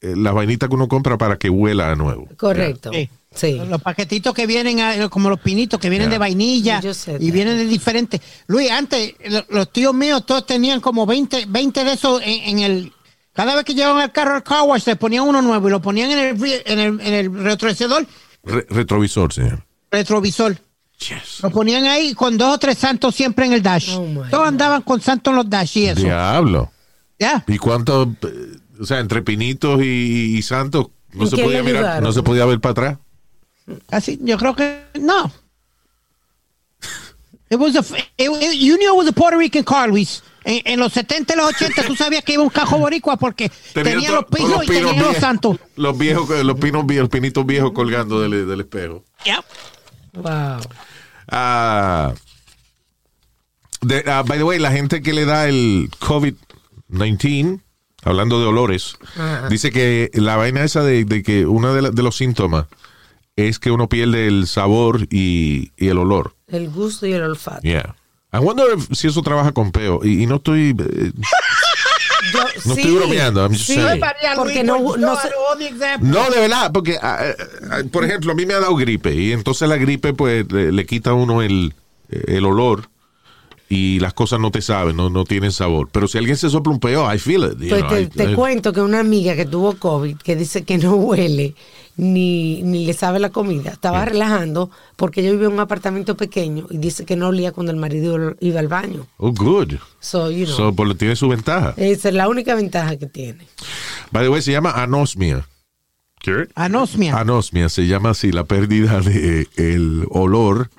[SPEAKER 4] el- la vainita que uno compra para que huela a nuevo.
[SPEAKER 5] Correcto.
[SPEAKER 6] Sí.
[SPEAKER 5] Sí.
[SPEAKER 6] Los paquetitos que vienen, a- como los pinitos que vienen
[SPEAKER 4] Yeah.
[SPEAKER 6] de vainilla
[SPEAKER 5] Yo sé.
[SPEAKER 6] y vienen de diferentes. Luis, antes lo- los tíos míos todos tenían como 20, 20 de esos en, en el... Cada vez que llevaban el carro al car wash, se ponían uno nuevo y lo ponían en el, re- en el, en el retrovisor,
[SPEAKER 4] Re- retrovisor, señor.
[SPEAKER 6] retrovisor.
[SPEAKER 4] Yes.
[SPEAKER 6] Lo ponían ahí con dos o tres santos siempre en el dash.
[SPEAKER 5] Oh, my
[SPEAKER 6] todos andaban con santos en los dash y eso. Ya.
[SPEAKER 4] Diablo. ¿Y cuánto? eh, O sea, entre pinitos y, y santos, no
[SPEAKER 5] ¿Y
[SPEAKER 4] se
[SPEAKER 5] quién
[SPEAKER 4] podía
[SPEAKER 5] le
[SPEAKER 4] mirar,
[SPEAKER 5] ayudaron?
[SPEAKER 4] no se podía ver para atrás.
[SPEAKER 6] Así, yo creo que no. It was a, it- it- you knew it was a Puerto Rican car, Luis. En, en los 70 y los 80 tú sabías que iba un cajo boricua porque tenía,
[SPEAKER 4] to- todos
[SPEAKER 6] los pinos y tenía los
[SPEAKER 4] viejos-
[SPEAKER 6] santos.
[SPEAKER 4] Los viejos, eh, los pinos viejos, los pinitos viejos colgando del, del espejo.
[SPEAKER 6] Yep.
[SPEAKER 5] Wow.
[SPEAKER 4] Ah, de- ah, by the way, la gente que le da el COVID-19, hablando de olores,
[SPEAKER 5] Ajá.
[SPEAKER 4] dice que la vaina esa de, de que uno de, la- de los síntomas es que uno pierde el sabor y, y el olor.
[SPEAKER 5] El gusto y el olfato.
[SPEAKER 4] Yeah. I wonder if- si eso trabaja con peo. Y, y no estoy. eh,
[SPEAKER 5] Yo-
[SPEAKER 4] No estoy bromeando, I'm just
[SPEAKER 5] sí,
[SPEAKER 4] saying.
[SPEAKER 5] Porque no, no sé-
[SPEAKER 6] oh,
[SPEAKER 4] No, de verdad, porque, ah, ah, por ejemplo, a mí me ha dado gripe y entonces la gripe pues le, le quita a uno el, el olor y las cosas no te saben, no, no tienen sabor. Pero si alguien se sopla un peo, I feel it. you
[SPEAKER 5] Pues
[SPEAKER 4] know,
[SPEAKER 5] te,
[SPEAKER 4] I-
[SPEAKER 5] te
[SPEAKER 4] I-
[SPEAKER 5] cuento que una amiga que tuvo COVID, que dice que no huele ni, ni le sabe la comida, estaba relajando porque yo vivía en un apartamento pequeño y dice que no olía cuando el marido iba al baño.
[SPEAKER 4] Oh, good.
[SPEAKER 5] So, you know,
[SPEAKER 4] So, pues, tiene su ventaja.
[SPEAKER 5] esa es la única ventaja que tiene.
[SPEAKER 4] By the way, se llama anosmia.
[SPEAKER 7] ¿Qué?
[SPEAKER 6] Anosmia.
[SPEAKER 4] Anosmia se llama así la pérdida de el olor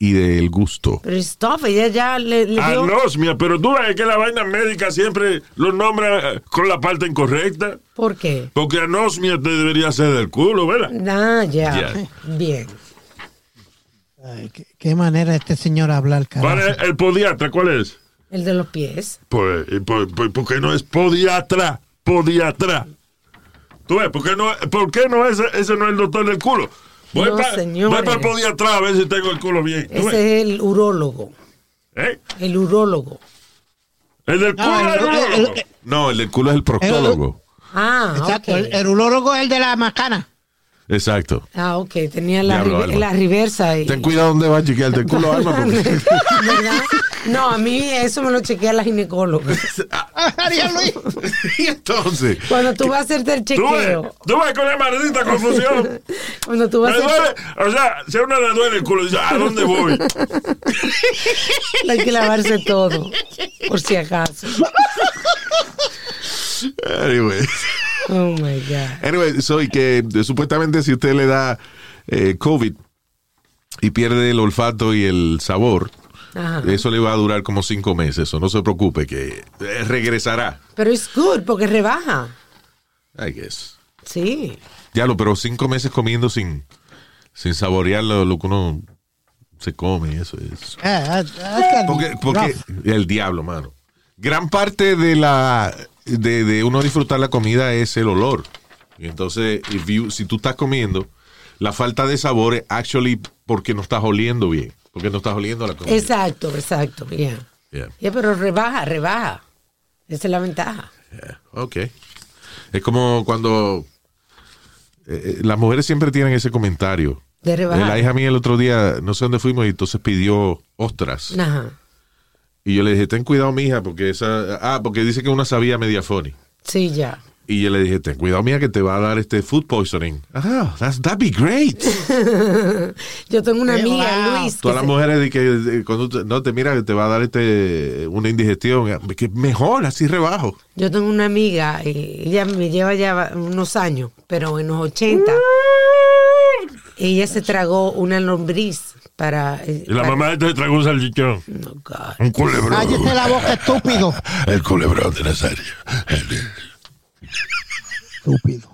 [SPEAKER 4] y del gusto.
[SPEAKER 5] Pero stop, ella ya le, le
[SPEAKER 7] Ah,
[SPEAKER 5] dio...
[SPEAKER 7] Anosmia, pero tú ves que la vaina médica siempre lo nombra eh, con la parte incorrecta.
[SPEAKER 5] ¿Por qué?
[SPEAKER 7] Porque anosmia te debería ser del culo, ¿verdad?
[SPEAKER 5] Ah, ya. Bien.
[SPEAKER 6] Ay, qué, qué manera este señor hablar,
[SPEAKER 7] ¿Cuál
[SPEAKER 6] carajo.
[SPEAKER 7] es el podiatra? ¿Cuál es?
[SPEAKER 5] El de los pies.
[SPEAKER 7] Pues, eh, pues, pues, ¿por qué no es podiatra? Podiatra. ¿Tú ves? ¿Por qué no, por qué no es, ese no es el doctor del culo? Voy
[SPEAKER 5] No,
[SPEAKER 7] para
[SPEAKER 5] señores.
[SPEAKER 7] el podiatra a ver si tengo el culo bien. ¿Tú ves?
[SPEAKER 5] Ese es el urólogo.
[SPEAKER 7] ¿Eh?
[SPEAKER 5] El urólogo.
[SPEAKER 7] ¿El del culo?
[SPEAKER 6] No,
[SPEAKER 7] del
[SPEAKER 6] el- el-
[SPEAKER 7] urólogo?
[SPEAKER 6] el-
[SPEAKER 4] No, el del culo es el proctólogo.
[SPEAKER 5] Ah,
[SPEAKER 6] Exacto,
[SPEAKER 5] ok.
[SPEAKER 6] el, el urólogo es el de la macana.
[SPEAKER 4] Exacto.
[SPEAKER 5] Ah, ok. Tenía la,
[SPEAKER 4] Diablo,
[SPEAKER 5] rive-
[SPEAKER 4] Alma.
[SPEAKER 5] la reversa. Y...
[SPEAKER 4] Ten cuidado dónde vas a chequear el culo, Alma, porque-
[SPEAKER 5] ¿Verdad? No, a mí eso me lo chequea la ginecóloga.
[SPEAKER 6] María Luis.
[SPEAKER 4] y entonces...
[SPEAKER 5] Cuando tú vas a hacerte el
[SPEAKER 7] ¿Tú ves?
[SPEAKER 5] chequeo.
[SPEAKER 7] ¿Tú ves con la maldita confusión?
[SPEAKER 5] Cuando tú
[SPEAKER 7] Me
[SPEAKER 5] vas a
[SPEAKER 7] duele, o sea, si a uno le duele el culo, dice, ¿a dónde voy?
[SPEAKER 5] hay que lavarse todo. Por si acaso.
[SPEAKER 4] Anyway.
[SPEAKER 5] Oh my God.
[SPEAKER 4] Anyway, soy que eh, supuestamente si usted le da eh, COVID y pierde el olfato y el sabor,
[SPEAKER 5] Ajá.
[SPEAKER 4] eso le va a durar como cinco meses. O no se preocupe, que eh, regresará.
[SPEAKER 5] Pero es good porque rebaja.
[SPEAKER 4] I guess.
[SPEAKER 5] Sí.
[SPEAKER 4] Diablo, pero cinco meses comiendo sin, sin saborear lo, lo que uno se come. Eso es.
[SPEAKER 6] Ah, ah, ah,
[SPEAKER 4] Porque, porque el diablo, mano. Gran parte de la de, de uno disfrutar la comida es el olor. Y entonces, if you- si tú estás comiendo, la falta de sabor es actually porque no estás oliendo bien. Porque no estás oliendo la comida.
[SPEAKER 5] Exacto, exacto. Bien.
[SPEAKER 4] Yeah,
[SPEAKER 5] Ya, pero rebaja, rebaja. Esa es la ventaja.
[SPEAKER 4] yeah. Ok. Es como cuando eh, eh, las mujeres siempre tienen ese comentario.
[SPEAKER 5] De
[SPEAKER 4] La
[SPEAKER 5] rebajar.
[SPEAKER 4] hija mía el otro día, no sé dónde fuimos, y entonces pidió ostras.
[SPEAKER 5] Ajá.
[SPEAKER 4] Y yo le dije, ten cuidado, mija, porque esa. Ah, porque dice que una sabía media funny.
[SPEAKER 5] Sí, ya.
[SPEAKER 4] Y yo le dije, ten cuidado, mía, que te va a dar este food poisoning. Ah, that's, that'd be great.
[SPEAKER 5] Yo tengo una
[SPEAKER 6] Eh,
[SPEAKER 5] amiga,
[SPEAKER 6] wow.
[SPEAKER 5] Luis. que
[SPEAKER 4] Todas las
[SPEAKER 5] se-
[SPEAKER 4] mujeres de que de- cuando te- no te mira que te va a dar este una indigestión, que mejor, así rebajo.
[SPEAKER 5] Yo tengo una amiga, eh, ella me lleva ya unos años, pero en los 80, ella se tragó una lombriz para... eh,
[SPEAKER 7] Y la
[SPEAKER 5] para-
[SPEAKER 7] mamá de este tragó un salchichón.
[SPEAKER 5] No, God.
[SPEAKER 7] Un culebrón.
[SPEAKER 6] Cállate la boca, estúpido.
[SPEAKER 7] El culebrón de Nazario.
[SPEAKER 6] Estúpido.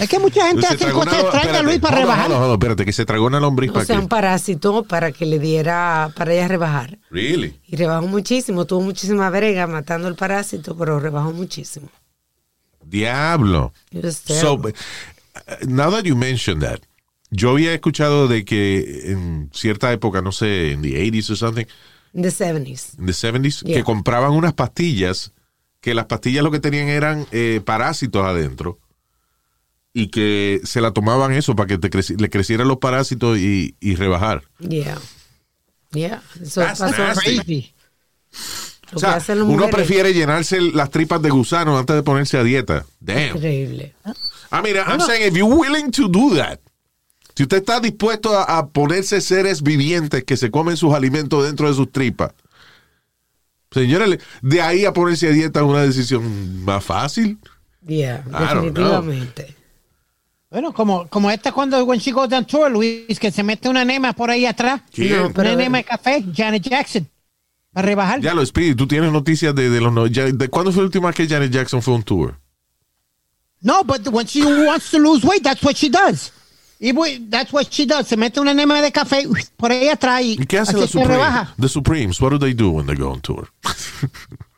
[SPEAKER 6] Es que mucha gente
[SPEAKER 4] Se
[SPEAKER 6] hace
[SPEAKER 4] tragó
[SPEAKER 6] cosas
[SPEAKER 4] una-
[SPEAKER 6] extrañas,
[SPEAKER 4] espérate,
[SPEAKER 6] Luis, para
[SPEAKER 4] no, no,
[SPEAKER 6] rebajar.
[SPEAKER 4] No, no, no, espérate, que se tragó una lombriz
[SPEAKER 5] O
[SPEAKER 4] para
[SPEAKER 5] sea,
[SPEAKER 4] qué.
[SPEAKER 5] un parásito para que le diera, para ella rebajar.
[SPEAKER 4] Really?
[SPEAKER 5] Y rebajó muchísimo, tuvo muchísima brega matando el parásito, pero rebajó muchísimo.
[SPEAKER 4] Diablo.
[SPEAKER 5] It was
[SPEAKER 4] So,
[SPEAKER 5] terrible.
[SPEAKER 4] uh, now that you mentioned that, yo había escuchado de que en cierta época, no sé, en the 80s or something,
[SPEAKER 5] In the 70s.
[SPEAKER 4] en the 70s,
[SPEAKER 5] Yeah.
[SPEAKER 4] que compraban unas pastillas, que las pastillas lo que tenían eran eh, parásitos adentro, y que se la tomaban eso para que te creci- le crecieran los parásitos y, y rebajar.
[SPEAKER 5] Yeah. Yeah. Eso
[SPEAKER 4] That's
[SPEAKER 5] pasó.
[SPEAKER 4] nasty.
[SPEAKER 6] Crazy.
[SPEAKER 5] Lo
[SPEAKER 4] O sea,
[SPEAKER 5] que hacen las
[SPEAKER 4] uno
[SPEAKER 5] mujeres
[SPEAKER 4] prefiere llenarse las tripas de gusano antes de ponerse a dieta.
[SPEAKER 5] es
[SPEAKER 4] Damn.
[SPEAKER 5] Increíble.
[SPEAKER 4] I mean, I'm saying if you're willing to do that, si usted está dispuesto a, a ponerse seres vivientes que se comen sus alimentos dentro de sus tripas, señores, le- de ahí a ponerse a dieta es una decisión más fácil.
[SPEAKER 5] Yeah,
[SPEAKER 4] don't know.
[SPEAKER 5] definitivamente.
[SPEAKER 6] Bueno, como, como esta cuando When She Goes Down Tour, Luis, que se mete una enema por ahí atrás.
[SPEAKER 4] ¿Quién?
[SPEAKER 5] No, pero-
[SPEAKER 6] una enema de café, Janet Jackson. Para rebajar.
[SPEAKER 4] Ya lo, Speedy, tú tienes noticias de, de los... no- ya- de- ¿Cuándo fue la última vez que Janet Jackson fue a un tour?
[SPEAKER 6] No, but when she wants to lose weight, that's what she does. Y bu- that's what she does. Se mete una enema de café uy, por ahí atrás y,
[SPEAKER 4] ¿Y qué hace
[SPEAKER 6] así
[SPEAKER 4] la
[SPEAKER 6] se
[SPEAKER 4] Supreme?
[SPEAKER 6] rebaja.
[SPEAKER 4] The Supremes, what do they do when they go on tour?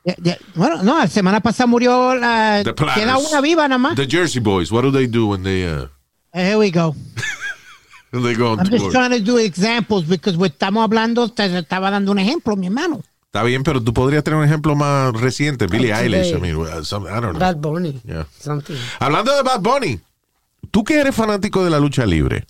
[SPEAKER 6] Ya- ya- Bueno, no, la semana pasada murió la...
[SPEAKER 4] The Platters.
[SPEAKER 6] Queda una viva nada más.
[SPEAKER 4] The Jersey Boys, what do they do when they, uh,
[SPEAKER 6] Here we go.
[SPEAKER 4] when they go on
[SPEAKER 6] I'm just
[SPEAKER 4] tour?
[SPEAKER 6] trying to do examples because we estamos hablando, te te estaba dando un ejemplo, mi hermano.
[SPEAKER 4] Está bien, pero tú podrías tener un ejemplo más reciente. Billie
[SPEAKER 5] Today.
[SPEAKER 4] Eilish, I mean, well, some- I don't know.
[SPEAKER 5] Bad Bunny.
[SPEAKER 4] Yeah.
[SPEAKER 5] Something.
[SPEAKER 4] Hablando de Bad Bunny, tú que eres fanático de la lucha libre,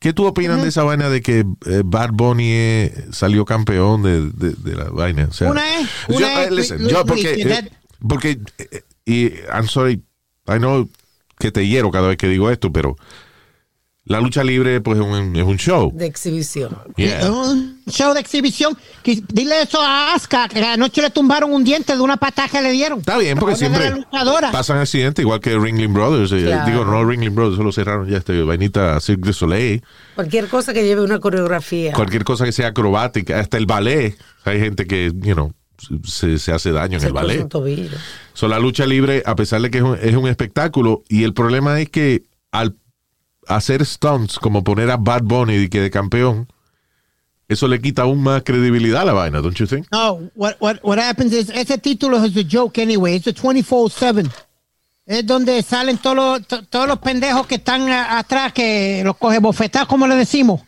[SPEAKER 4] ¿qué tú opinas de esa vaina de que eh, Bad Bunny eh, salió campeón de, de- de la vaina? O sea,
[SPEAKER 6] Una es- una
[SPEAKER 4] yo, eh,
[SPEAKER 6] es,
[SPEAKER 4] listen,
[SPEAKER 6] Luis,
[SPEAKER 4] yo
[SPEAKER 6] Luis,
[SPEAKER 4] porque,
[SPEAKER 6] que that-
[SPEAKER 4] eh, porque eh, y I'm sorry, I know que te hiero cada vez que digo esto, pero la lucha libre pues es un, es un show.
[SPEAKER 5] De exhibición.
[SPEAKER 6] Es
[SPEAKER 4] Yeah.
[SPEAKER 6] Un show de exhibición. Que- dile eso a Asuka, que anoche le tumbaron un diente de una patada que le dieron.
[SPEAKER 4] Está bien, porque
[SPEAKER 6] Ahora es de
[SPEAKER 4] siempre
[SPEAKER 6] la luchadora.
[SPEAKER 4] pasan accidentes, igual que Ringling Brothers. eh,
[SPEAKER 5] Claro.
[SPEAKER 4] Digo, no Ringling Brothers, solo cerraron ya este vainita Cirque du Soleil.
[SPEAKER 5] Cualquier cosa que lleve una coreografía.
[SPEAKER 4] cualquier cosa que sea acrobática, hasta el ballet. Hay gente que, you know, se, se hace daño en
[SPEAKER 5] se
[SPEAKER 4] el
[SPEAKER 5] cruza
[SPEAKER 4] ballet.
[SPEAKER 5] un tobillo.
[SPEAKER 4] So, la lucha libre, a pesar de que es un, es un espectáculo, y el problema es que al hacer stunts, como poner a Bad Bunny de que de campeón, eso le quita aún más credibilidad a la vaina, don't you think?
[SPEAKER 6] No, what, what, what happens is, ese título es a joke anyway, it's a 24-7. Es donde salen todos los, to- todos los pendejos que están a- atrás, que los coge bofetadas, como le decimos.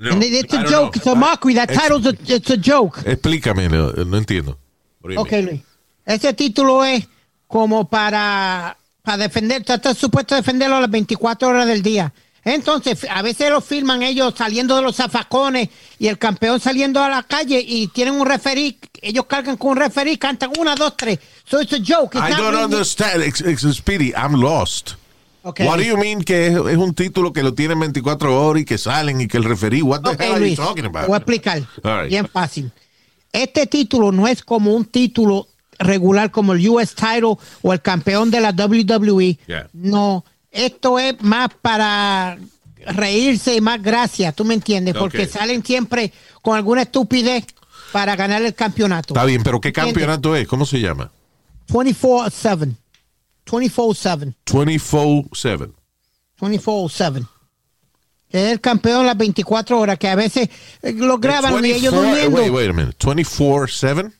[SPEAKER 6] And it's a joke, it's a mockery, that title's a, it's a joke.
[SPEAKER 4] Explícame, no, no entiendo. What do you
[SPEAKER 6] Ok,
[SPEAKER 4] mean?
[SPEAKER 6] Luis. Ese título es como para, para defender, tú estás supuesto a defenderlo a las 24 horas del día. Entonces, a veces lo filman ellos saliendo de los zafacones y el campeón saliendo a la calle y tienen un referí, ellos cargan con un referí, cantan una, dos, tres. So it's a joke. it's
[SPEAKER 4] I
[SPEAKER 6] not
[SPEAKER 4] don't
[SPEAKER 6] really-
[SPEAKER 4] understand. Ex- ex- Speedy, I'm lost.
[SPEAKER 6] Okay.
[SPEAKER 4] What do you mean que es, es un título que lo tienen 24 horas y que salen y que el referí? What the
[SPEAKER 6] Ok,
[SPEAKER 4] hell are
[SPEAKER 6] Luis,
[SPEAKER 4] you talking
[SPEAKER 6] te
[SPEAKER 4] about?
[SPEAKER 6] voy a explicar.
[SPEAKER 4] All right.
[SPEAKER 6] Bien fácil. Este título no es como un título regular como el US Title o el campeón de la WWE.
[SPEAKER 4] Yeah.
[SPEAKER 6] No, esto es más para reírse y más gracia, ¿tú me entiendes? Porque
[SPEAKER 4] Ok.
[SPEAKER 6] salen siempre con alguna estupidez para ganar el campeonato.
[SPEAKER 4] Está bien, pero ¿qué
[SPEAKER 6] ¿Entiendes?
[SPEAKER 4] campeonato es? ¿Cómo se llama?
[SPEAKER 6] 24-7. 24-7.
[SPEAKER 4] 24-7.
[SPEAKER 6] 24-7. Es el campeón las 24 horas, que a veces eh, lo graban y ellos
[SPEAKER 4] 24
[SPEAKER 6] durmiendo.
[SPEAKER 4] Wait, wait a minute. 24-7?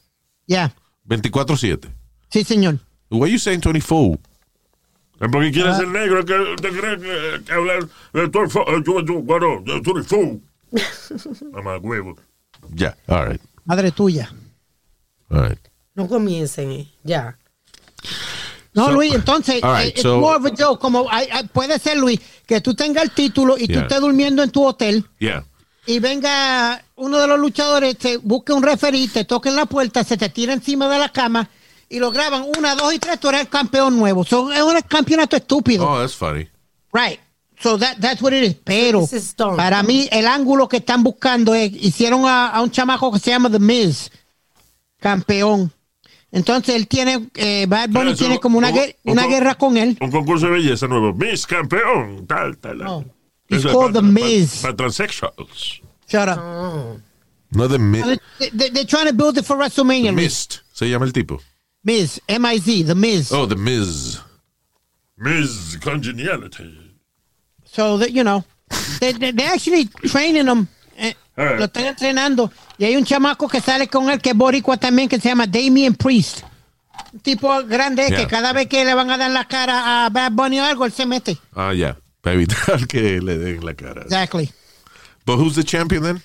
[SPEAKER 6] Ya,
[SPEAKER 4] 24-7.
[SPEAKER 6] sí, señor.
[SPEAKER 4] Why you saying 24?
[SPEAKER 7] Es porque quiere
[SPEAKER 6] Ah.
[SPEAKER 7] ser negro, que usted cree que, que hablar de todo el fo- eh, yo- yo- bueno, de todo el fo- Mamá huevo.
[SPEAKER 4] Ya, all right.
[SPEAKER 6] Madre tuya.
[SPEAKER 4] All right.
[SPEAKER 5] No comiencen, eh. ya.
[SPEAKER 6] No,
[SPEAKER 4] So-
[SPEAKER 6] Luis, entonces,
[SPEAKER 4] All right,
[SPEAKER 6] eh, it's
[SPEAKER 4] so-
[SPEAKER 6] more of a joke, Como, ay, ay, puede ser, Luis, que tú tengas el título y tú
[SPEAKER 4] Yeah.
[SPEAKER 6] estés durmiendo en tu hotel
[SPEAKER 4] Yeah.
[SPEAKER 6] y venga uno de los luchadores, te busque un referí, te toque en la puerta, se te tira encima de la cama y lo graban una, dos y tres, tú eres el campeón nuevo. So, es un campeonato estúpido.
[SPEAKER 4] Oh, that's funny.
[SPEAKER 6] Right. So that, that's what it is. Pero
[SPEAKER 5] This is dumb.
[SPEAKER 6] para mí el ángulo que están buscando es, hicieron a, a un chamaco que se llama The Miz, campeón. Entonces él tiene, eh, Bad Bunny
[SPEAKER 7] Pero eso-
[SPEAKER 6] tiene como una,
[SPEAKER 7] un-
[SPEAKER 6] guer-
[SPEAKER 7] un
[SPEAKER 6] una
[SPEAKER 7] co-
[SPEAKER 6] guerra con él.
[SPEAKER 7] Un concurso de belleza nuevo. Miss campeón. Tal, tal.
[SPEAKER 6] No.
[SPEAKER 7] Eso
[SPEAKER 6] Oh. It's
[SPEAKER 7] es
[SPEAKER 6] called
[SPEAKER 7] pa-
[SPEAKER 6] The
[SPEAKER 7] pa-
[SPEAKER 6] Miz.
[SPEAKER 7] Para transsexuals.
[SPEAKER 6] Shut up.
[SPEAKER 5] No.
[SPEAKER 4] No, the mi-
[SPEAKER 6] They- They, they're trying to build it for WrestleMania. Miz,
[SPEAKER 4] Mist. Se llama el tipo.
[SPEAKER 7] Oh,
[SPEAKER 6] Miz, M-I-Z, The Miz.
[SPEAKER 4] Oh, The Miz.
[SPEAKER 7] Miss Congeniality.
[SPEAKER 6] So that, you know, they, they, they actually training them. eh,
[SPEAKER 7] Alright.
[SPEAKER 6] Lo están entrenando. Y hay un chamaco que sale con él que es boricua también que se llama Damien Priest. Un tipo grande
[SPEAKER 4] Yeah.
[SPEAKER 6] que cada vez que le van a dar la cara a Bad Bunny o algo, él se mete.
[SPEAKER 4] Ah, ya. Para evitar que le den la cara.
[SPEAKER 6] Exactly.
[SPEAKER 4] But who's the champion then?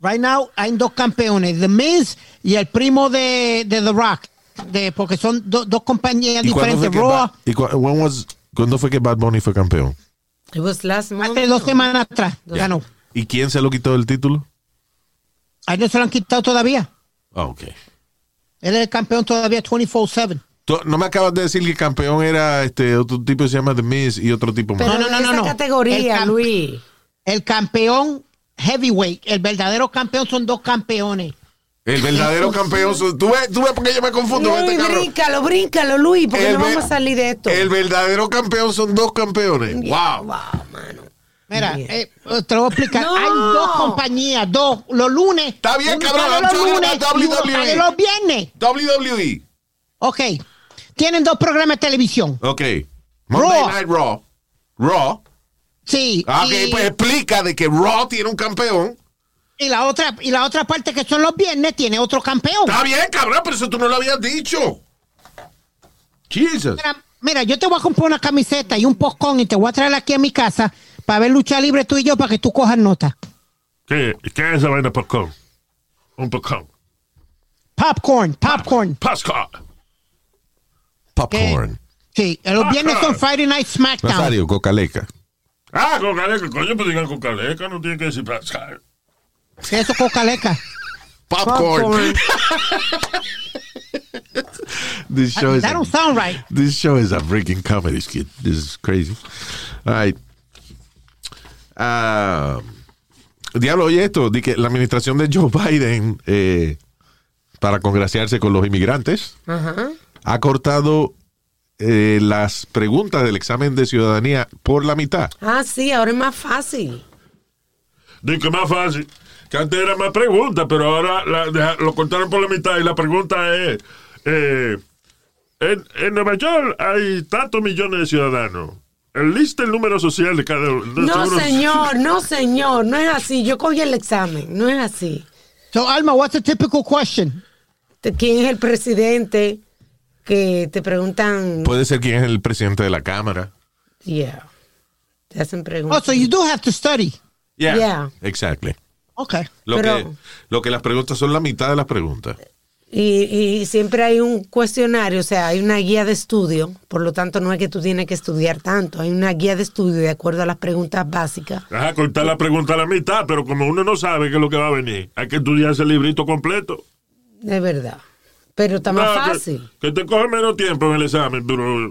[SPEAKER 6] Right now hay dos campeones, The Miz y el primo de, de The Rock. De, porque son do- dos compañías
[SPEAKER 4] fue
[SPEAKER 6] diferentes.
[SPEAKER 4] que
[SPEAKER 6] Raw
[SPEAKER 4] Ba- y cua- when was- cuándo fue que Bad Bunny fue campeón?
[SPEAKER 5] It was last month.
[SPEAKER 6] hace dos semanas atrás ganó.
[SPEAKER 4] ¿Y quién se lo quitó el título?
[SPEAKER 6] A él no se lo han quitado todavía.
[SPEAKER 4] Ah, ok.
[SPEAKER 6] Él es el campeón todavía 24-7.
[SPEAKER 4] Tú- No me acabas de decir que el campeón era este otro tipo que se llama The Miz y otro tipo más.
[SPEAKER 5] Pero
[SPEAKER 6] No, no,
[SPEAKER 5] de
[SPEAKER 6] no, no,
[SPEAKER 5] esa
[SPEAKER 6] no. El
[SPEAKER 5] categoría,
[SPEAKER 6] camp-
[SPEAKER 5] Luis.
[SPEAKER 6] El campeón heavyweight, el verdadero campeón son dos campeones.
[SPEAKER 4] El verdadero campeón. su- Tú ves, tú ves por qué yo me confundo con este
[SPEAKER 5] Luis,
[SPEAKER 4] cabrón.
[SPEAKER 5] bríncalo, bríncalo, Luis, porque
[SPEAKER 4] El
[SPEAKER 5] no
[SPEAKER 4] ve-
[SPEAKER 5] vamos a salir de esto.
[SPEAKER 4] El verdadero campeón son dos campeones. Wow.
[SPEAKER 6] Mira,
[SPEAKER 5] Bien.
[SPEAKER 6] eh, te lo voy a explicar.
[SPEAKER 5] No.
[SPEAKER 6] Hay dos compañías, dos. Los lunes.
[SPEAKER 4] Está bien,
[SPEAKER 6] uno
[SPEAKER 4] cabrón,
[SPEAKER 6] sale
[SPEAKER 4] I'm
[SPEAKER 6] Los
[SPEAKER 4] talking
[SPEAKER 6] lunes
[SPEAKER 4] about
[SPEAKER 6] y uno
[SPEAKER 4] WWE.
[SPEAKER 6] sale los viernes.
[SPEAKER 4] WWE.
[SPEAKER 6] Ok. Tienen dos programas de televisión.
[SPEAKER 4] Ok. Monday
[SPEAKER 6] Raw.
[SPEAKER 4] Night Raw. Raw.
[SPEAKER 6] Sí.
[SPEAKER 4] Ah,
[SPEAKER 6] y-
[SPEAKER 4] ok, pues explica de que Raw tiene un campeón.
[SPEAKER 6] Y la otra, y la otra parte que son los viernes tiene otro campeón.
[SPEAKER 4] Está bien, cabrón, pero eso tú no lo habías dicho. Jesus.
[SPEAKER 6] Mira, mira, yo te voy a comprar una camiseta y un poscón y te voy a traer aquí a mi casa para ver lucha libre tú y yo para que tú cojas nota.
[SPEAKER 7] ¿Qué, ¿Qué es esa vaina popcorn? Un popcorn.
[SPEAKER 6] Popcorn, popcorn.
[SPEAKER 7] Pascal.
[SPEAKER 4] Popcorn.
[SPEAKER 6] Sí, los viernes son Friday Night SmackDown.
[SPEAKER 4] Nazario, Cocaleca.
[SPEAKER 7] Ah, con caleca, coño, pues digan con caleca, no tienen que decir Pascal.
[SPEAKER 6] Que Eso con caleca.
[SPEAKER 4] Popcorn. this show is
[SPEAKER 6] Ah, That don't sound right.
[SPEAKER 4] this show is a freaking comedy skit. This is crazy. All right. Ah, diablo, oye esto, di que la administración de Joe Biden eh, para congraciarse con los inmigrantes
[SPEAKER 5] Ajá.
[SPEAKER 4] ha cortado eh, las preguntas del examen de ciudadanía por la mitad.
[SPEAKER 5] Ah, sí, ahora es más fácil.
[SPEAKER 7] Dice que más fácil. Que antes era más preguntas, pero ahora la- deja- lo cortaron por la mitad y la pregunta es: eh, en, en Nueva York hay tantos millones de ciudadanos. Enlista el número social de cada uno.
[SPEAKER 5] No,
[SPEAKER 7] Seguro-
[SPEAKER 5] señor, no, señor, no es así. Yo cogí el examen, no es así.
[SPEAKER 6] So, Alma, what's a typical question?
[SPEAKER 5] Te- ¿Quién es el presidente? Que te preguntan.
[SPEAKER 4] Puede ser quién es el presidente de la Cámara.
[SPEAKER 5] Yeah. Te hacen
[SPEAKER 6] Oh,
[SPEAKER 5] preguntas.
[SPEAKER 6] so you do have to study.
[SPEAKER 4] Yeah.
[SPEAKER 5] Yeah.
[SPEAKER 4] Exactly.
[SPEAKER 6] Okay.
[SPEAKER 4] Lo,
[SPEAKER 5] Pero-
[SPEAKER 4] que, lo que las preguntas son la mitad de las preguntas.
[SPEAKER 5] Y, y siempre hay un cuestionario, o sea, hay una guía de estudio, por lo tanto no es que tú tienes que estudiar tanto, hay una guía de estudio de acuerdo a las preguntas básicas.
[SPEAKER 7] Ajá, cortar la pregunta a la mitad, pero como uno no sabe qué es lo que va a venir, hay que estudiar ese librito completo.
[SPEAKER 5] De verdad. Pero está
[SPEAKER 7] No,
[SPEAKER 5] más
[SPEAKER 7] que-
[SPEAKER 5] fácil.
[SPEAKER 7] Que, te coge menos tiempo en el examen, pero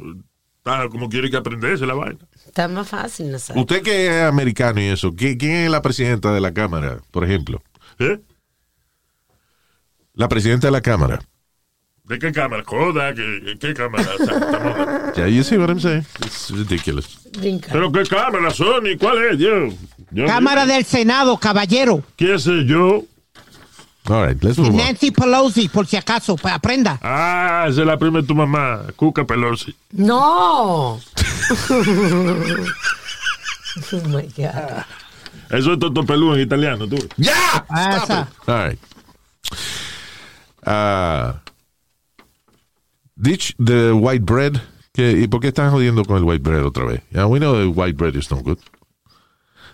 [SPEAKER 7] ah, como quiere que aprenderse la vaina.
[SPEAKER 5] Está más fácil, Nazario.
[SPEAKER 4] Usted que es americano y eso, ¿qui- ¿quién es la presidenta de la Cámara, por ejemplo?
[SPEAKER 7] ¿Eh?
[SPEAKER 4] La presidenta de la Cámara.
[SPEAKER 7] ¿De qué cámara? Joda, ¿qué, qué cámara? este Estamos-
[SPEAKER 4] Ya, you see what I'm saying? It's ridiculous.
[SPEAKER 5] Brinca.
[SPEAKER 7] ¿Pero qué cámara, Sony? ¿Cuál es? Dios? Yo-
[SPEAKER 6] Cámara del Senado, caballero.
[SPEAKER 7] ¿Qué sé yo?
[SPEAKER 4] All right, let's move on.
[SPEAKER 6] Nancy Pelosi, por si acaso, pa- aprenda.
[SPEAKER 7] Ah, esa es la prima de tu mamá, Cuca Pelosi.
[SPEAKER 5] No. oh my God.
[SPEAKER 7] Eso es Toto Pelú en italiano, tú.
[SPEAKER 4] ¡Ya!
[SPEAKER 6] Ah,
[SPEAKER 4] Stop it. All right. Ah, ditch the white bread. ¿Qué- ¿Y por qué están jodiendo con el white bread otra vez? Yeah, we know the white bread is no good.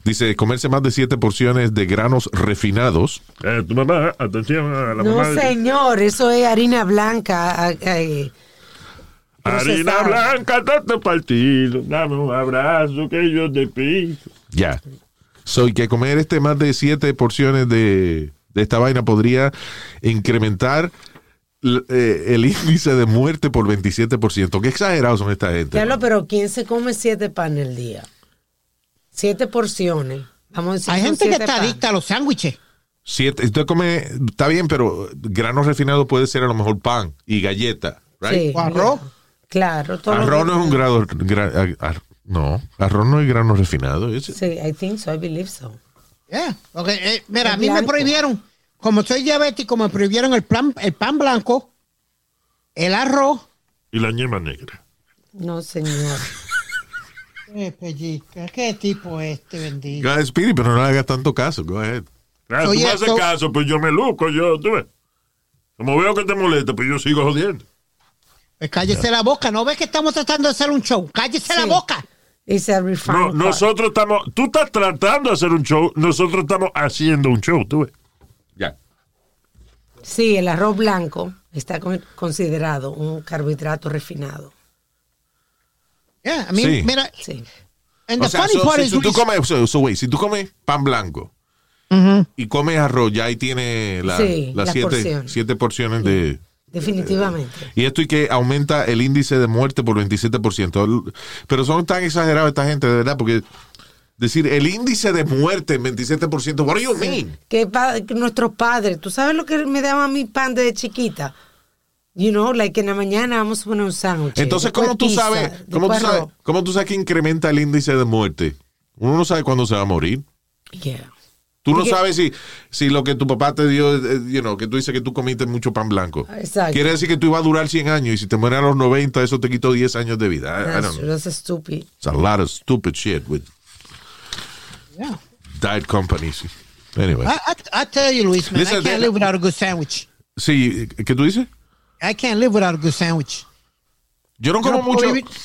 [SPEAKER 4] Dice, comerse más de siete porciones de granos refinados.
[SPEAKER 7] Eh, tu mamá, atención a la
[SPEAKER 5] No,
[SPEAKER 7] mamá. de-
[SPEAKER 5] señor, eso es harina blanca. ah, ah, eh.
[SPEAKER 7] Harina
[SPEAKER 5] procesada.
[SPEAKER 7] blanca, tanto partido. Dame un abrazo que yo te pido.
[SPEAKER 4] Ya. Soy que comer este más de siete porciones de, de esta vaina podría incrementar l- eh, el índice de muerte por 27%. Qué exagerados son esta gente.
[SPEAKER 5] Diablo,
[SPEAKER 4] mano.
[SPEAKER 5] pero ¿quién se come siete panes al día? Siete porciones. Vamos a decir,
[SPEAKER 6] Hay
[SPEAKER 5] son
[SPEAKER 6] gente que
[SPEAKER 5] siete
[SPEAKER 6] está
[SPEAKER 5] panes.
[SPEAKER 6] adicta a los sándwiches.
[SPEAKER 4] Siete, usted come, está bien, pero granos refinados puede ser a lo mejor pan y galleta.
[SPEAKER 5] Sí.
[SPEAKER 4] Right?
[SPEAKER 6] O arroz.
[SPEAKER 5] Claro, todo lo
[SPEAKER 4] Arroz
[SPEAKER 5] que-
[SPEAKER 4] no es un grado. gra- a- a- no, arroz no es grano refinado. is it?
[SPEAKER 5] Sí, I think so, I believe so.
[SPEAKER 6] Yeah. Ok, eh, mira,
[SPEAKER 5] Es
[SPEAKER 6] a mí me
[SPEAKER 5] blanco.
[SPEAKER 6] prohibieron, como soy diabético, me prohibieron el, plan, el pan blanco, el arroz
[SPEAKER 7] Y la ñema negra.
[SPEAKER 5] No, señor.
[SPEAKER 6] Eh, pellizca, qué tipo este bendito.
[SPEAKER 4] Go ahead, Speedy, pero no le hagas tanto caso. Go ahead.
[SPEAKER 7] Claro, Ah, tú
[SPEAKER 6] Oye,
[SPEAKER 7] me haces
[SPEAKER 6] so-
[SPEAKER 7] caso, pues yo me luco, yo, tú ves. Como veo que te molesta, pues yo sigo jodiendo.
[SPEAKER 6] Pues cállese la boca, no ves que estamos tratando de hacer un show. Cállese la
[SPEAKER 5] Sí.
[SPEAKER 6] boca.
[SPEAKER 5] It's a
[SPEAKER 7] No,
[SPEAKER 5] refinement.
[SPEAKER 7] nosotros estamos, tú estás tratando de hacer un show, nosotros estamos haciendo un show, tú ves. Ya.
[SPEAKER 5] Sí, el arroz blanco está con- considerado un carbohidrato refinado.
[SPEAKER 6] Yeah, I mean,
[SPEAKER 4] Sí.
[SPEAKER 6] mira,
[SPEAKER 5] Sí.
[SPEAKER 6] and
[SPEAKER 4] O
[SPEAKER 6] the
[SPEAKER 4] sea,
[SPEAKER 6] funny
[SPEAKER 4] so-
[SPEAKER 6] part
[SPEAKER 4] si,
[SPEAKER 6] is
[SPEAKER 4] tú- tú
[SPEAKER 6] we-
[SPEAKER 4] comes, so- so wait, si tú comes pan blanco y comes arroz, ya ahí tiene la-
[SPEAKER 5] Sí,
[SPEAKER 4] las
[SPEAKER 5] las
[SPEAKER 4] siete,
[SPEAKER 5] porciones.
[SPEAKER 4] siete porciones de...
[SPEAKER 5] Definitivamente.
[SPEAKER 4] Y esto y que aumenta el índice de muerte por 27%. Pero son tan exagerados esta gente, de verdad, porque decir el índice de muerte en 27%, what do you mean?
[SPEAKER 5] Que, pa- que nuestros padres, tú sabes lo que me daba mi pan desde chiquita. You know, like que en la mañana vamos a poner un sándwich.
[SPEAKER 4] Entonces,
[SPEAKER 5] después
[SPEAKER 4] ¿cómo tú,
[SPEAKER 5] pizza,
[SPEAKER 4] sabes, ¿cómo, tú
[SPEAKER 5] después
[SPEAKER 4] sabes,
[SPEAKER 5] arroz.
[SPEAKER 4] ¿cómo tú sabes que incrementa el índice de muerte? Uno no sabe cuándo se va a morir.
[SPEAKER 5] Yeah.
[SPEAKER 4] Tú no
[SPEAKER 5] Porque-
[SPEAKER 4] sabes si, si lo que tu papá te dio, eh, you know, que tú dices que tú comiste mucho pan blanco.
[SPEAKER 5] Exacto.
[SPEAKER 4] Quiere decir que tú ibas a durar 100 años y si te mueres a los 90, eso te quitó 10 años de vida. I- I, don't
[SPEAKER 5] That's,
[SPEAKER 4] know.
[SPEAKER 5] that's stupid.
[SPEAKER 4] It's a lot of stupid shit with
[SPEAKER 6] Yeah.
[SPEAKER 4] diet companies. Anyway.
[SPEAKER 6] I, I, I tell you, Luis, man,
[SPEAKER 4] Listen,
[SPEAKER 6] I can't
[SPEAKER 4] they-
[SPEAKER 6] live without a good sandwich.
[SPEAKER 4] Sí, ¿qué tú dices?
[SPEAKER 6] I can't live without a good sandwich.
[SPEAKER 4] Yo no
[SPEAKER 6] Yo
[SPEAKER 4] como
[SPEAKER 6] no
[SPEAKER 4] mucho.
[SPEAKER 6] puedo vivir-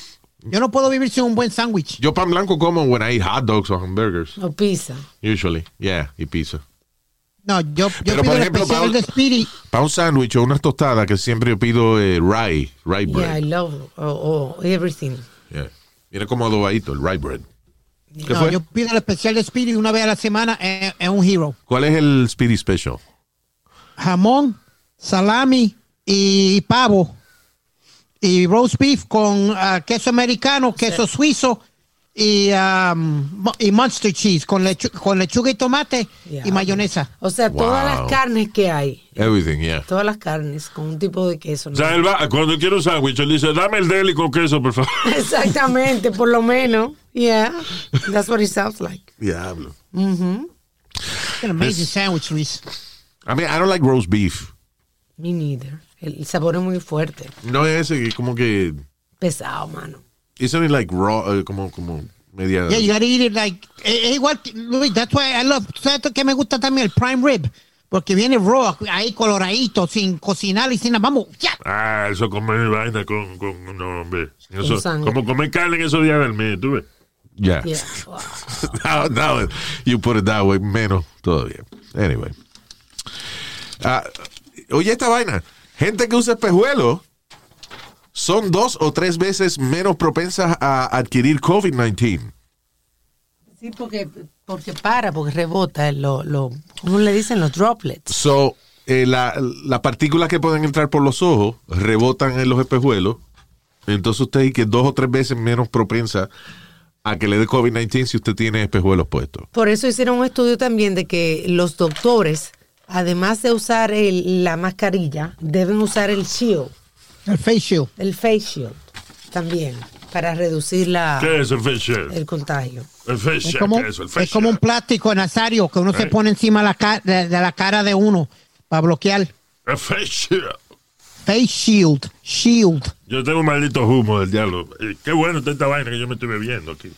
[SPEAKER 6] yo no puedo vivir sin un buen sándwich.
[SPEAKER 4] Yo pan blanco como when I eat hot dogs or hamburgers,
[SPEAKER 5] O pizza.
[SPEAKER 4] usually. Yeah, y pizza.
[SPEAKER 6] No, yo, yo
[SPEAKER 4] Pero,
[SPEAKER 6] pido
[SPEAKER 4] por
[SPEAKER 6] el
[SPEAKER 4] ejemplo,
[SPEAKER 6] especial
[SPEAKER 4] Paul-
[SPEAKER 6] de Speedy.
[SPEAKER 4] Para un sándwich o unas tostadas que siempre yo pido eh, rye, rye
[SPEAKER 5] Yeah, I
[SPEAKER 4] bread.
[SPEAKER 5] love oh, oh, everything.
[SPEAKER 4] Yeah. Mira como adobadito, el rye bread. ¿Qué
[SPEAKER 6] No,
[SPEAKER 4] fue?
[SPEAKER 6] yo pido el especial de Speedy una vez a la semana en, en un Hero.
[SPEAKER 4] ¿Cuál es el Speedy Special?
[SPEAKER 6] Jamón, salami y pavo. Y roast beef con ah, queso americano, queso suizo y, ah, mo- y monster cheese con, lechu- con lechuga y tomate
[SPEAKER 5] Yeah.
[SPEAKER 6] y mayonesa.
[SPEAKER 5] O sea, todas
[SPEAKER 4] Wow.
[SPEAKER 5] las carnes que hay.
[SPEAKER 4] Everything, yeah.
[SPEAKER 5] Todas las carnes con un tipo de queso.
[SPEAKER 7] O
[SPEAKER 5] ¿no?
[SPEAKER 7] sea, él va, cuando quiere un sándwich, él dice, dame el deli con queso, por favor.
[SPEAKER 5] Exactamente, por lo menos. Yeah, that's what it sounds like.
[SPEAKER 4] Diablo.
[SPEAKER 6] It's an amazing sandwich, Luis.
[SPEAKER 4] I mean, I don't like roast beef.
[SPEAKER 5] Me neither. El, el sabor es muy fuerte.
[SPEAKER 4] No es ese que como que.
[SPEAKER 5] Pesado, mano.
[SPEAKER 4] Isn't it like raw? eh, como, como media.
[SPEAKER 6] Yeah, you gotta eat it like. eh, Es igual, que- Luis, that's why I love. ¿Sabes esto que me gusta también? El prime rib. Porque viene raw, ahí coloradito, sin cocinar y sin nada. Vamos, ya.
[SPEAKER 7] Ah, eso comer vaina con, con no, hombre. Eso,
[SPEAKER 5] sándwich.
[SPEAKER 7] como comer carne en esos días del mes, tú ves.
[SPEAKER 4] Yeah.
[SPEAKER 5] Yeah. wow.
[SPEAKER 4] now, now you put it that way, menos todavía. Anyway. Ah, oye, esta vaina. Gente que usa espejuelo son dos o tres veces menos propensas a adquirir COVID-19.
[SPEAKER 5] Sí, porque, porque para, porque rebota. Lo, lo, ¿Cómo le dicen los droplets?
[SPEAKER 4] So, eh, la- las partículas que pueden entrar por los ojos rebotan en los espejuelos. Entonces usted es que dos o tres veces menos propensa a que le dé COVID-19 si usted tiene espejuelos puestos.
[SPEAKER 5] Por eso hicieron un estudio también de que los doctores, además de usar el- la mascarilla, deben usar el shield,
[SPEAKER 6] El face shield.
[SPEAKER 5] el face shield también, para reducir la,
[SPEAKER 7] ¿Qué es el facial?
[SPEAKER 5] el contagio.
[SPEAKER 7] El facial,
[SPEAKER 6] Es como,
[SPEAKER 7] ¿qué es el
[SPEAKER 6] es como un
[SPEAKER 7] facial?
[SPEAKER 6] plástico nazario que uno se
[SPEAKER 7] Right.
[SPEAKER 6] pone encima la ca- de, de la cara de uno para bloquear.
[SPEAKER 7] El facial.
[SPEAKER 6] Face shield. Shield.
[SPEAKER 7] Yo tengo un maldito humo del diablo. Eh, Qué bueno está esta vaina que yo me estoy bebiendo aquí.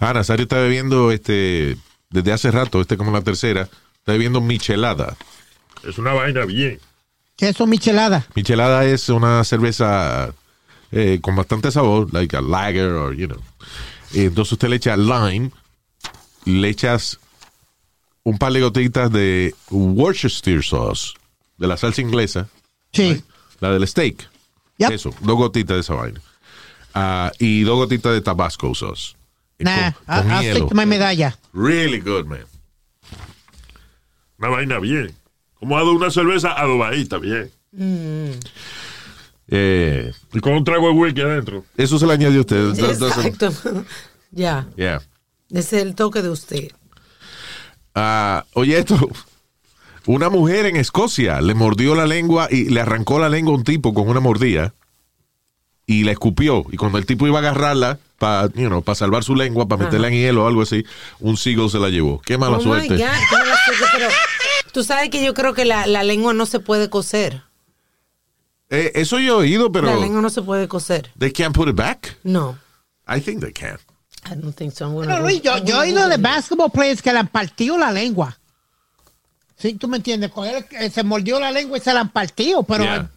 [SPEAKER 4] Ah, Nazario está bebiendo este desde hace rato, este como la tercera, está bebiendo michelada.
[SPEAKER 7] Es una vaina bien.
[SPEAKER 6] Queso michelada.
[SPEAKER 4] Michelada es una cerveza eh, con bastante sabor, like a lager or you know. Y entonces usted le echa lime, le echas un par de gotitas de Worcestershire sauce, de la salsa inglesa,
[SPEAKER 6] Sí.
[SPEAKER 4] la del steak.
[SPEAKER 6] Yep.
[SPEAKER 4] Eso, dos gotitas de esa vaina. Ah, y dos gotitas de Tabasco sauce. Y
[SPEAKER 6] Nah,
[SPEAKER 4] con- con
[SPEAKER 6] I- I'll
[SPEAKER 4] hielo.
[SPEAKER 6] stick to my medalla.
[SPEAKER 4] Really good, man.
[SPEAKER 7] Una vaina bien. Como dado una cerveza adobadita, bien.
[SPEAKER 4] Eh,
[SPEAKER 7] Y con un trago de whisky adentro.
[SPEAKER 4] Eso se lo añadió usted. That doesn't-
[SPEAKER 5] Exacto. ya,
[SPEAKER 4] Yeah.
[SPEAKER 5] ese es el toque de usted.
[SPEAKER 4] Ah, oye, esto. Una mujer en Escocia le mordió la lengua y le arrancó la lengua a un tipo con una mordida y la escupió. Y cuando el tipo iba a agarrarla para salvar su lengua, para meterla en hielo o algo así, un seagull se la llevó. Qué mala
[SPEAKER 5] Oh
[SPEAKER 4] suerte.
[SPEAKER 5] my God, qué mala suerte, pero tú sabes que yo creo que la, la lengua no se puede coser.
[SPEAKER 4] Eh, eso yo he oído, pero
[SPEAKER 5] La lengua no se puede coser.
[SPEAKER 4] they can't put it back.
[SPEAKER 5] No.
[SPEAKER 4] I think they can.
[SPEAKER 5] I don't think so. I'm gonna
[SPEAKER 6] Pero
[SPEAKER 5] go-
[SPEAKER 6] Luis, yo,
[SPEAKER 5] I'm
[SPEAKER 6] yo
[SPEAKER 5] gonna
[SPEAKER 6] he oído
[SPEAKER 5] go
[SPEAKER 6] de
[SPEAKER 5] there.
[SPEAKER 6] basketball players que le han partido la lengua. Sí, tú me entiendes. Coger- eh, se mordió la lengua y se la han partido, pero
[SPEAKER 4] Yeah.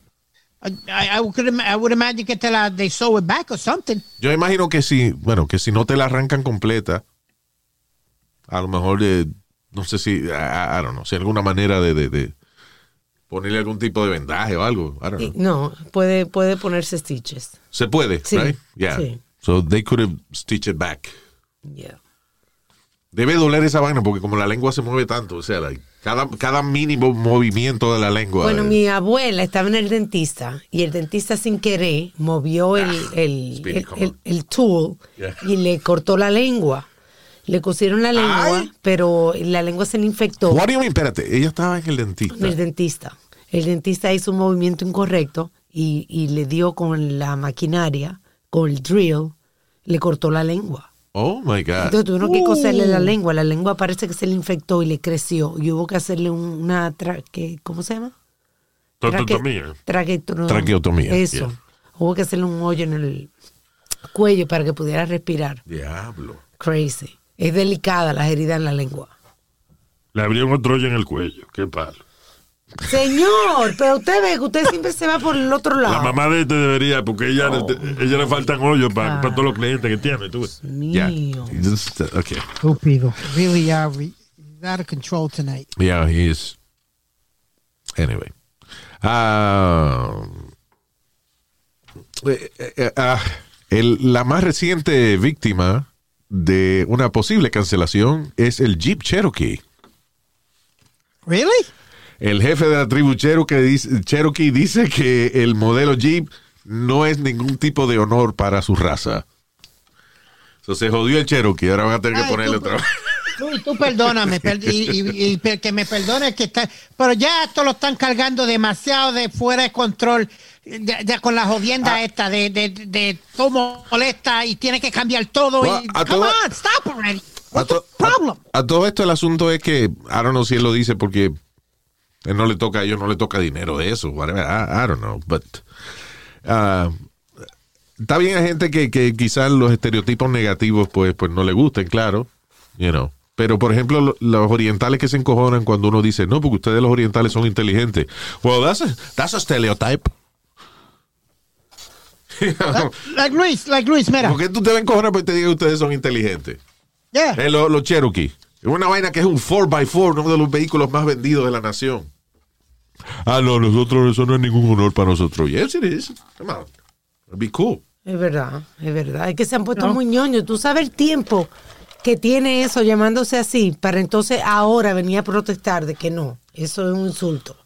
[SPEAKER 6] I, I- I would, I would imagine que te la, they sew it back or something.
[SPEAKER 4] Yo imagino que si, bueno, que si no te la arrancan completa, a lo mejor, eh, no sé si, I, I- I don't know, si hay alguna manera de, de- de ponerle algún tipo de vendaje o algo. I don't
[SPEAKER 5] Y-
[SPEAKER 4] know.
[SPEAKER 5] No, puede, puede ponerse stitches.
[SPEAKER 4] Se puede,
[SPEAKER 5] Sí,
[SPEAKER 4] right? Yeah.
[SPEAKER 5] sí.
[SPEAKER 4] So they could have stitched it back.
[SPEAKER 5] Yeah.
[SPEAKER 4] Debe doler esa vaina porque como la lengua se mueve tanto, o sea, like, cada, cada mínimo movimiento de la lengua.
[SPEAKER 5] Bueno,
[SPEAKER 4] eh,
[SPEAKER 5] mi abuela estaba en el dentista y el dentista sin querer movió el, el,
[SPEAKER 4] Speedy,
[SPEAKER 5] el-
[SPEAKER 4] Ah, come on.
[SPEAKER 5] el- el tool
[SPEAKER 4] Yeah.
[SPEAKER 5] y le cortó la lengua. Le cosieron la lengua,
[SPEAKER 4] Ay.
[SPEAKER 5] pero la lengua se le infectó
[SPEAKER 4] What do you mean? Espérate, ella estaba en el
[SPEAKER 5] en
[SPEAKER 4] dentista.
[SPEAKER 5] el dentista. El dentista hizo un movimiento incorrecto y, y le dio con la maquinaria, con el drill, le cortó la lengua.
[SPEAKER 4] Oh my God.
[SPEAKER 5] Entonces tuvieron que coserle la lengua. La lengua parece que se le infectó y le creció. Y hubo que hacerle un- una... tra- ¿qué- ¿Cómo se llama?
[SPEAKER 7] Tototomía.
[SPEAKER 5] Traque- traqueotomía.
[SPEAKER 4] Traqueotomía,
[SPEAKER 5] Eso.
[SPEAKER 4] yeah.
[SPEAKER 5] Hubo que hacerle un hoyo en el cuello para que pudiera respirar.
[SPEAKER 4] Diablo.
[SPEAKER 5] Crazy. Es delicada las heridas en la lengua.
[SPEAKER 7] Le abrieron otro hoyo en el cuello. Qué palo.
[SPEAKER 5] Señor, pero usted ve que usted siempre se va por el otro lado.
[SPEAKER 6] Ah.
[SPEAKER 7] La mamá de este debería, porque ella, le- ella le faltan hoyos para,
[SPEAKER 6] Ah.
[SPEAKER 7] para todos los clientes que tiene. Tú. ves.
[SPEAKER 4] Yeah.
[SPEAKER 5] Mío.
[SPEAKER 4] Just, uh, okay.
[SPEAKER 6] Estúpido. Really are re- out of control tonight.
[SPEAKER 4] Yeah, he is. Anyway. Um, eh, eh, ah, el- la más reciente víctima de una posible cancelación es el Jeep Cherokee.
[SPEAKER 6] Really?
[SPEAKER 4] El jefe de la tribu Cherokee dice, Cherokee dice que el modelo Jeep no es ningún tipo de honor para su raza. Entonces se jodió el Cherokee, ahora van a tener que
[SPEAKER 6] Ay,
[SPEAKER 4] ponerle
[SPEAKER 6] tú-
[SPEAKER 4] otra vez.
[SPEAKER 6] Luis, tú perdóname, per- y, y- y per- que me perdone que está, pero ya esto lo están cargando demasiado de fuera de control, ya, ya con la jodienda
[SPEAKER 4] Ah.
[SPEAKER 6] esta de, de, de todo molesta y tiene que cambiar todo.
[SPEAKER 4] Bueno,
[SPEAKER 6] y,
[SPEAKER 4] a
[SPEAKER 6] come
[SPEAKER 4] todo-
[SPEAKER 6] on, stop already.
[SPEAKER 4] A,
[SPEAKER 6] What's the
[SPEAKER 4] to-
[SPEAKER 6] problem?
[SPEAKER 4] a- a todo esto el asunto es que, I don't know si él lo dice porque él no le toca, a ellos no le toca dinero de eso, whatever, I, I don't know, but ah, está bien hay gente que, que quizás los estereotipos negativos pues, pues no le gusten, claro, you know. Pero, por ejemplo, lo- los orientales que se encojonan cuando uno dice, no, porque ustedes los orientales son inteligentes. Well, that's a, that's a stereotype.
[SPEAKER 6] Like Luis, like Luis, mira.
[SPEAKER 4] ¿Por qué tú te ves encojonar porque te digan que ustedes son inteligentes?
[SPEAKER 6] Yeah.
[SPEAKER 4] Eh, lo- los Cherokee. Es una vaina que es un 4x4, uno de los vehículos más vendidos de la nación. Ah, no, nosotros, eso no es ningún honor para nosotros. Yes, it is. Come on. It'd be cool.
[SPEAKER 5] Es verdad, es verdad. Es que se han puesto muy ñoños. Tú sabes el tiempo que tiene eso llamándose así, para entonces ahora venía a protestar de que no. Eso es un insulto.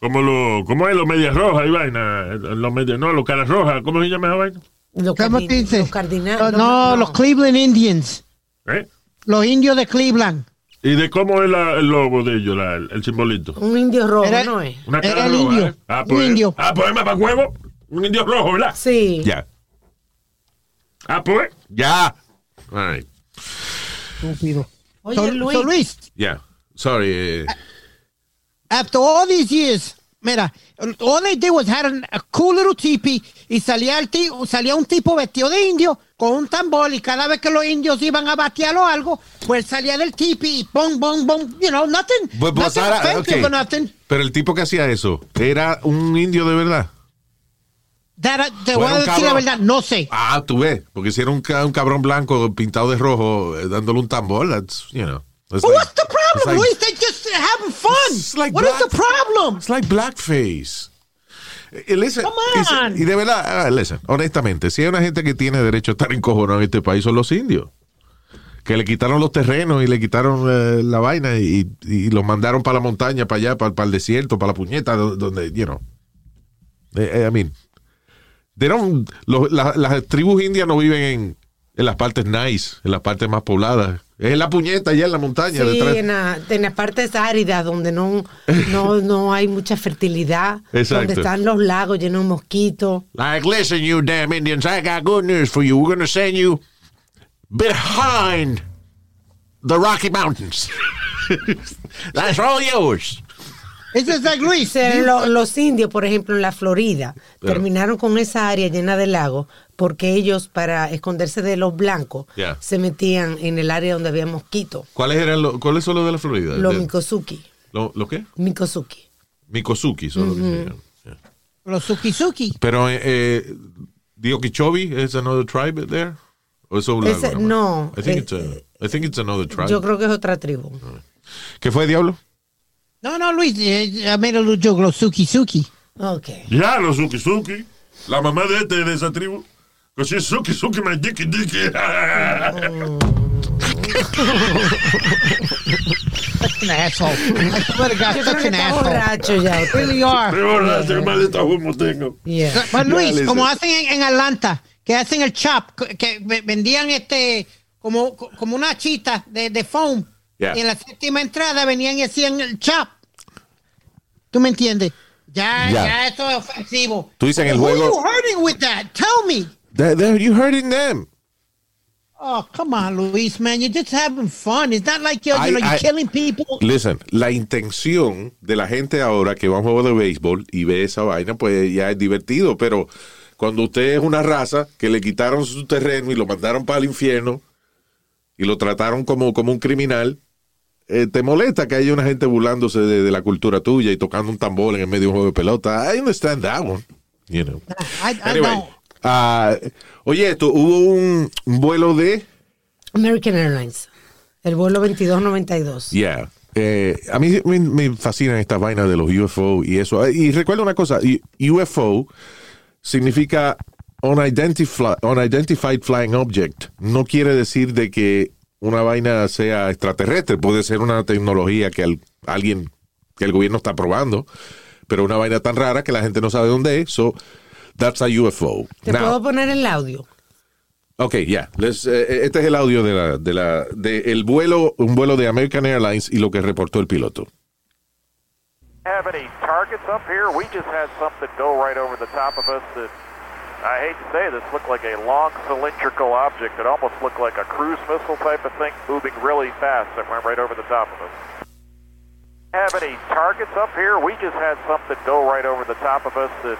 [SPEAKER 7] Como lo, como es los medias rojas y vaina. Los medias, no, los caras rojas. ¿Cómo se llama esa vaina?
[SPEAKER 5] Los
[SPEAKER 6] ¿Cómo
[SPEAKER 5] cardin-
[SPEAKER 6] te dice?
[SPEAKER 5] Los cardinales.
[SPEAKER 6] No, no, los Cleveland Indians,
[SPEAKER 7] ¿Eh?
[SPEAKER 6] los indios de Cleveland.
[SPEAKER 7] ¿Y de cómo es la- el logo de ellos, la- el, el simbolito?
[SPEAKER 5] Un indio rojo,
[SPEAKER 6] Era-
[SPEAKER 5] ¿no es?
[SPEAKER 7] Una
[SPEAKER 6] Era
[SPEAKER 7] cara
[SPEAKER 6] el
[SPEAKER 7] roja,
[SPEAKER 6] indio,
[SPEAKER 7] ¿eh? Ah,
[SPEAKER 6] un
[SPEAKER 7] pues,
[SPEAKER 6] indio.
[SPEAKER 7] Ah, pues, para huevo. Un indio rojo, ¿verdad?
[SPEAKER 5] Sí.
[SPEAKER 4] Ya.
[SPEAKER 7] Ah, pues.
[SPEAKER 4] Ya. All right.
[SPEAKER 6] Estúpido.
[SPEAKER 5] Oye,
[SPEAKER 6] So-
[SPEAKER 5] Luis.
[SPEAKER 6] so, Luis,
[SPEAKER 4] Yeah. Sorry. eh,
[SPEAKER 6] after all these years, mira, all they did was had an- a cool little teepee y salía, el ti- salía un tipo vestido de indio con un tambor y cada vez que los indios iban a batear o algo, pues salía del teepee y bong, bong, bong, you know, nothing,
[SPEAKER 4] but- but
[SPEAKER 6] nothing
[SPEAKER 4] Sara, okay.
[SPEAKER 6] offensive or nothing.
[SPEAKER 4] Pero el tipo que hacía eso, ¿era un indio de verdad?
[SPEAKER 6] That- uh, te voy
[SPEAKER 4] Bueno,
[SPEAKER 6] a decir la
[SPEAKER 4] cabrón.
[SPEAKER 6] verdad, no sé.
[SPEAKER 4] Ah, tú ves. Porque si era un, ca- un cabrón blanco pintado de rojo eh, dándole un tambor, that's, you know. that's
[SPEAKER 6] But
[SPEAKER 4] like-
[SPEAKER 6] what's the
[SPEAKER 4] it's
[SPEAKER 6] problem,
[SPEAKER 4] like-
[SPEAKER 6] Luis? They just having
[SPEAKER 4] It's
[SPEAKER 6] fun.
[SPEAKER 4] like
[SPEAKER 6] what is
[SPEAKER 4] black-
[SPEAKER 6] the problem?
[SPEAKER 4] It's like blackface. Eh, Listen,
[SPEAKER 6] Come on.
[SPEAKER 4] y se- y de verdad, ah, listen, honestamente, si hay una gente que tiene derecho a estar encojonado en este país son los indios. Que le quitaron los terrenos y le quitaron eh, la vaina y, y los mandaron para la montaña, para allá, para, para el desierto, para la puñeta, do- donde, you know. Eh, eh, I mean, they don't- los- la- las tribus indias no viven en, en las partes nice, en las partes más pobladas. Es en la puñeta, allá en la montaña.
[SPEAKER 5] Sí,
[SPEAKER 4] detrás.
[SPEAKER 5] en, la- en las partes áridas donde no, no, no hay mucha fertilidad,
[SPEAKER 4] Exacto.
[SPEAKER 5] donde están los lagos llenos de mosquitos.
[SPEAKER 4] Like, listen, you damn Indians, I got good news for you. We're going to send you behind the Rocky Mountains. That's all yours.
[SPEAKER 6] It's just like Luis.
[SPEAKER 5] Se- lo- los indios, por ejemplo, en la Florida,
[SPEAKER 4] Pero-
[SPEAKER 5] terminaron con esa área llena de lagos porque ellos, para esconderse de los blancos,
[SPEAKER 4] Yeah.
[SPEAKER 5] se metían en el área donde había mosquitos,
[SPEAKER 4] ¿Cuáles, eran los- ¿Cuáles son los de la Florida?
[SPEAKER 5] los
[SPEAKER 4] De-
[SPEAKER 5] Mikosuki.
[SPEAKER 4] lo, ¿lo qué?
[SPEAKER 5] Mikosuki.
[SPEAKER 4] Mikosuki, son los que se llaman. Yeah.
[SPEAKER 6] Los Sukizuki.
[SPEAKER 4] Pero, eh, eh, the Okeechobee is another tribe there? ¿O eso es un
[SPEAKER 5] Ese-
[SPEAKER 4] lago nada
[SPEAKER 5] no,
[SPEAKER 4] más? I think,
[SPEAKER 5] eh,
[SPEAKER 4] it's a- I think it's another tribe.
[SPEAKER 5] Yo creo que es otra tribu.
[SPEAKER 4] ¿Qué fue, Diablo?
[SPEAKER 6] No, no, Luis. eh, I made a little joke. Los Sukizuki.
[SPEAKER 5] Ok.
[SPEAKER 7] Ya, los Suki Suki. La mamá de este de esa tribu. Because she's Suki Suki, my dicky dicky.
[SPEAKER 6] Such an asshole. I swear to God,
[SPEAKER 5] Yo creo
[SPEAKER 6] such
[SPEAKER 5] que
[SPEAKER 6] an
[SPEAKER 5] está
[SPEAKER 6] asshole.
[SPEAKER 5] borracho ya. usted.
[SPEAKER 6] Really
[SPEAKER 7] Qué
[SPEAKER 6] are.
[SPEAKER 7] borracho, qué maldita humo tengo.
[SPEAKER 5] Yeah.
[SPEAKER 6] Pero Luis,
[SPEAKER 7] Dale,
[SPEAKER 6] como
[SPEAKER 7] sí.
[SPEAKER 6] hacen en, en Atlanta, que hacen el chop, que- que ve- vendían este como, como una chita de, de foam.
[SPEAKER 4] Yeah.
[SPEAKER 6] Y en la séptima entrada venían y hacían el chop. ¿Tú me entiendes? Ya,
[SPEAKER 4] Ya.
[SPEAKER 6] ya, esto es ofensivo.
[SPEAKER 4] Tú dices en el
[SPEAKER 6] Who
[SPEAKER 4] juego-
[SPEAKER 6] you hurting with that? Tell me.
[SPEAKER 4] There- there, you hurting them.
[SPEAKER 6] Oh, come on, Luis, man. You're just having fun. It's not like you're,
[SPEAKER 4] I-
[SPEAKER 6] you know, you're
[SPEAKER 4] I-
[SPEAKER 6] killing people.
[SPEAKER 4] Listen, la intención de la gente ahora que va a un juego de béisbol y ve esa vaina, pues ya es divertido, pero cuando usted es una raza que le quitaron su terreno y lo mandaron para el infierno y lo trataron como, como un criminal, eh, te molesta que haya una gente burlándose de, de la cultura tuya y tocando un tambor en el medio de un juego de pelota. I understand that one, you know.
[SPEAKER 6] I, I
[SPEAKER 4] Anyway,
[SPEAKER 6] don't.
[SPEAKER 4] ah, oye, esto, hubo un, un vuelo de...
[SPEAKER 5] American Airlines. El vuelo 2292.
[SPEAKER 4] Yeah. Eh, a mí me, me fascinan estas vainas de los UFO y eso. Eh, Y recuerda una cosa, y- UFO significa unidentified, unidentified flying object. No quiere decir de que una vaina sea extraterrestre, puede ser una tecnología que al- alguien, que el gobierno está probando, pero una vaina tan rara que la gente no sabe dónde es, so that's a UFO.
[SPEAKER 5] Te
[SPEAKER 4] Now-
[SPEAKER 5] puedo poner el audio.
[SPEAKER 4] Ok, ya. Les- eh, Este es el audio de la, de la, de el vuelo, un vuelo de American Airlines y lo que reportó el piloto.
[SPEAKER 2] have any targets up here. We just had something go right over the top of us that I hate to say this looked like a long cylindrical object. It almost looked like a cruise missile type of thing moving really fast that went right over the top of us. Have any targets up here? We just had something go right over the top of us that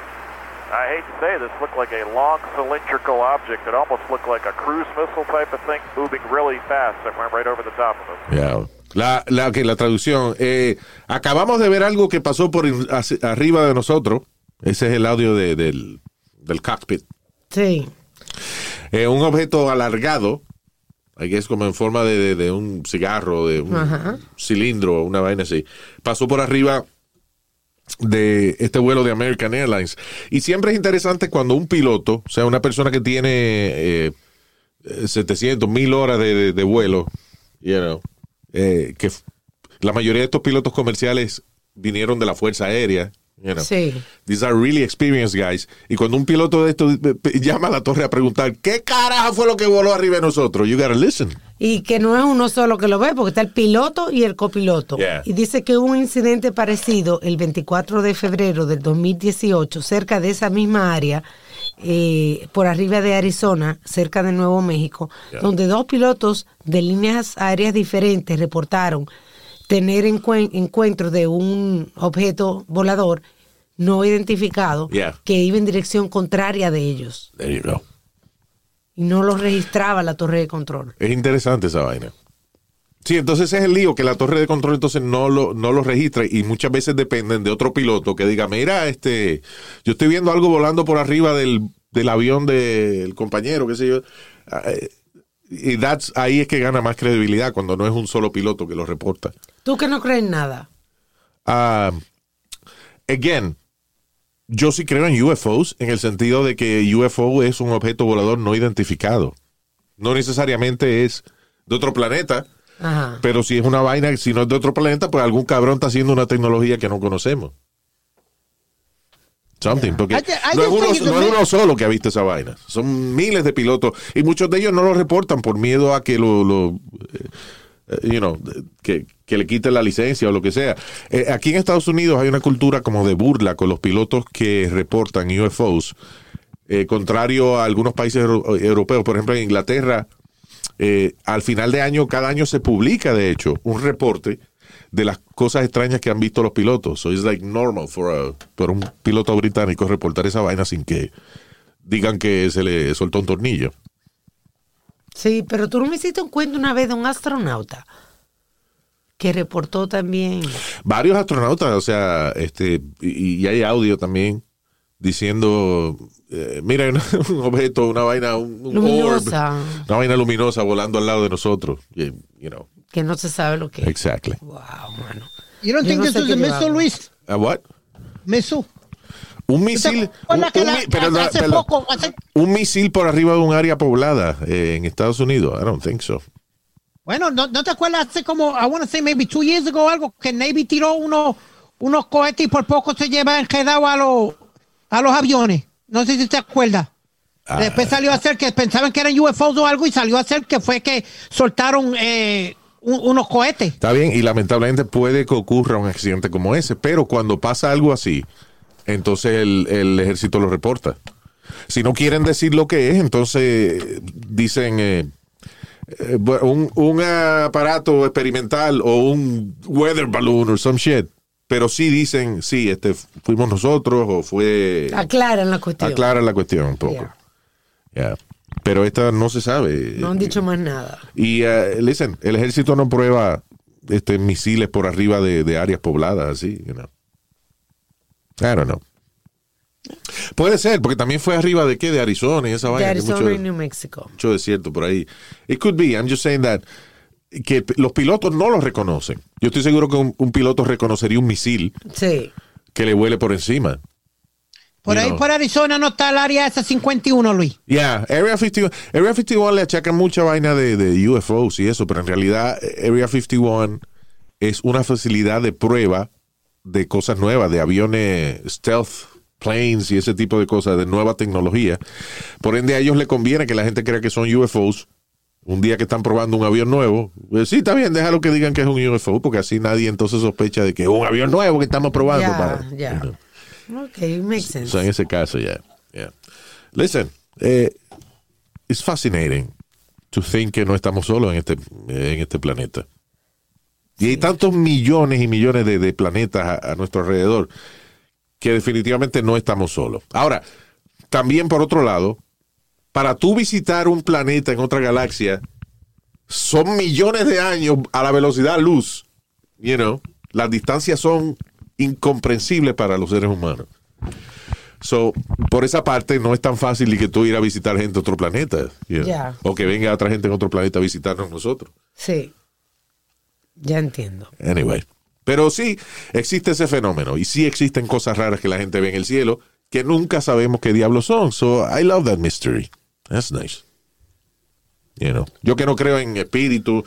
[SPEAKER 2] I hate to say this looked like a long cylindrical object. It almost looked like a cruise missile type of thing moving really fast that went right over the top of us.
[SPEAKER 4] Ya. La, la, que la traducción. eh, acabamos de ver algo que pasó por en- hacia- arriba de nosotros. Ese es el audio de- del, del cockpit.
[SPEAKER 5] Sí.
[SPEAKER 4] Eh, un objeto alargado, que es como en forma de, de- de un cigarro, de un
[SPEAKER 5] Ajá.
[SPEAKER 4] cilindro, una vaina así, pasó por arriba de este vuelo de American Airlines. Y siempre es interesante cuando un piloto, o sea, una persona que tiene eh, eh, 700, 1000 horas de, de- de vuelo, you know, eh, que f- la mayoría de estos pilotos comerciales vinieron de la Fuerza Aérea. you know.
[SPEAKER 5] Sí.
[SPEAKER 4] These are really experienced guys. Y cuando un piloto de estos eh, p- llama a la torre a preguntar, ¿qué carajo fue lo que voló arriba de nosotros? You gotta listen.
[SPEAKER 5] Y que no es uno solo que lo ve, porque está el piloto y el copiloto.
[SPEAKER 4] Yeah.
[SPEAKER 5] Y dice que hubo un incidente parecido el 24 de febrero del 2018, cerca de esa misma área, eh, por arriba de Arizona, cerca de Nuevo México,
[SPEAKER 4] Yeah.
[SPEAKER 5] donde dos pilotos de líneas aéreas diferentes reportaron tener encuen- encuentro de un objeto volador no identificado
[SPEAKER 4] Yeah.
[SPEAKER 5] que iba en dirección contraria de ellos
[SPEAKER 4] There you go.
[SPEAKER 5] y no los registraba la torre de control.
[SPEAKER 4] Es interesante esa vaina. Sí, entonces ese es el lío, que la torre de control entonces no lo, no lo registra y muchas veces dependen de otro piloto que diga, mira, este, yo estoy viendo algo volando por arriba del, del avión del compañero, qué sé yo. Ah, eh, Y that's, ahí es que gana más credibilidad cuando no es un solo piloto que lo reporta.
[SPEAKER 5] Tú que no crees en nada.
[SPEAKER 4] Ah, again, yo sí creo en UFOs en el sentido de que UFO es un objeto volador no identificado. No necesariamente es de otro planeta,
[SPEAKER 5] Ajá.
[SPEAKER 4] pero si es una vaina, si no es de otro planeta, pues algún cabrón está haciendo una tecnología que no conocemos. Something, porque
[SPEAKER 6] I ju- I
[SPEAKER 4] no, es
[SPEAKER 6] just
[SPEAKER 4] uno,
[SPEAKER 6] think it's
[SPEAKER 4] no es
[SPEAKER 6] amazing.
[SPEAKER 4] uno solo que ha visto esa vaina. Son miles de pilotos y muchos de ellos no lo reportan por miedo a que lo, lo, eh, you know, que, que le quiten la licencia o lo que sea. Eh, aquí en Estados Unidos hay una cultura como de burla con los pilotos que reportan UFOs, eh, contrario a algunos países euro- europeos. Por ejemplo, en Inglaterra, eh, al final de año, cada año se publica, de hecho, un reporte de las cosas extrañas que han visto los pilotos. So it's like normal for a, para un piloto británico reportar esa vaina sin que digan que se le soltó un tornillo.
[SPEAKER 5] Sí, pero tú no me hiciste un cuento una vez de un astronauta que reportó también.
[SPEAKER 4] Varios astronautas, o sea, este, y, y hay audio también diciendo, eh, mira, hay una- un objeto, una vaina, un, un
[SPEAKER 5] Luminosa.
[SPEAKER 4] orb, una vaina luminosa volando al lado de nosotros. Y, you know,
[SPEAKER 5] que no se sabe lo que es.
[SPEAKER 4] exactly.
[SPEAKER 5] Wow, mano.
[SPEAKER 6] You don't
[SPEAKER 5] Yo
[SPEAKER 6] think
[SPEAKER 5] no
[SPEAKER 6] this
[SPEAKER 5] sé
[SPEAKER 6] is
[SPEAKER 5] qué yo
[SPEAKER 6] a missile,
[SPEAKER 5] hago.
[SPEAKER 6] Luis?
[SPEAKER 4] Uh, what?
[SPEAKER 6] Missile.
[SPEAKER 4] Un misil, un,
[SPEAKER 6] Hola, que
[SPEAKER 4] un
[SPEAKER 6] la-
[SPEAKER 4] mi- perdón,
[SPEAKER 6] hace
[SPEAKER 4] perdón.
[SPEAKER 6] poco, hace-
[SPEAKER 4] Un misil por arriba de un área poblada eh, en Estados Unidos. I don't think so.
[SPEAKER 6] Bueno, ¿no, no te acuerdas? Hace como, I want to say maybe two years ago algo, que Navy tiró unos, unos cohetes y por poco se lleva enredado a los, a los aviones. No sé si te acuerdas.
[SPEAKER 4] Ah.
[SPEAKER 6] Después salió a ser que pensaban que eran UFOs o algo y salió a ser que fue que soltaron eh, un- unos cohetes.
[SPEAKER 4] Está bien, y lamentablemente puede que ocurra un accidente como ese, pero cuando pasa algo así, entonces el, el ejército lo reporta. Si no quieren decir lo que es, entonces dicen eh, eh, bu- un, un aparato experimental o un weather balloon o some shit. Pero sí dicen, sí, este fuimos nosotros o fue...
[SPEAKER 5] Aclaran la cuestión.
[SPEAKER 4] Aclara la cuestión un poco. Yeah.
[SPEAKER 5] Yeah.
[SPEAKER 4] Pero esta no se sabe.
[SPEAKER 5] No han dicho más nada.
[SPEAKER 4] Y, eh, listen, el ejército no prueba este, misiles por arriba de, de áreas pobladas, así, you know. I don't know. Puede ser, porque también fue arriba de qué, de Arizona y esa
[SPEAKER 5] De
[SPEAKER 4] vaina. que
[SPEAKER 5] Arizona
[SPEAKER 4] mucho-
[SPEAKER 5] y New Mexico.
[SPEAKER 4] mucho desierto por ahí. It could be, I'm just saying that, que p- los pilotos no los reconocen. Yo estoy seguro que un, un piloto reconocería un misil
[SPEAKER 5] Sí.
[SPEAKER 4] que le huele por encima.
[SPEAKER 6] Por
[SPEAKER 4] You
[SPEAKER 6] ahí,
[SPEAKER 4] know.
[SPEAKER 6] por Arizona, no está el área esa 51, Luis.
[SPEAKER 4] Yeah, Area 51, Area 51 le achacan mucha vaina de, de UFOs y eso, pero en realidad eh, Area 51 es una facilidad de prueba de cosas nuevas, de aviones stealth planes y ese tipo de cosas, de nueva tecnología. Por ende, a ellos les conviene que la gente crea que son UFOs. Un día que están probando un avión nuevo, pues, sí, está bien, déjalo que digan que es un UFO, porque así nadie entonces sospecha de que es un avión nuevo que estamos probando.
[SPEAKER 5] Ya,
[SPEAKER 4] para-
[SPEAKER 5] ya. Ok, makes
[SPEAKER 4] o
[SPEAKER 5] sense.
[SPEAKER 4] sea, en ese caso, ya. Yeah. Listen, eh, it's fascinating to think que no estamos solos en este, eh, en este planeta. Y hay tantos millones y millones de, de planetas a, a nuestro alrededor que definitivamente no estamos solos. Ahora, también por otro lado, para tú visitar un planeta en otra galaxia, son millones de años a la velocidad luz. You know, las distancias son incomprensibles para los seres humanos. So, por esa parte no es tan fácil y que tú ir a visitar gente de otro planeta. you know.
[SPEAKER 5] Yeah.
[SPEAKER 4] O que venga otra gente en otro planeta a visitarnos nosotros.
[SPEAKER 5] Sí. Ya entiendo.
[SPEAKER 4] Anyway. Pero sí existe ese fenómeno y sí existen cosas raras que la gente ve en el cielo que nunca sabemos qué diablos son. So I love that mystery. That's nice. You know. Yo que no creo en espíritu,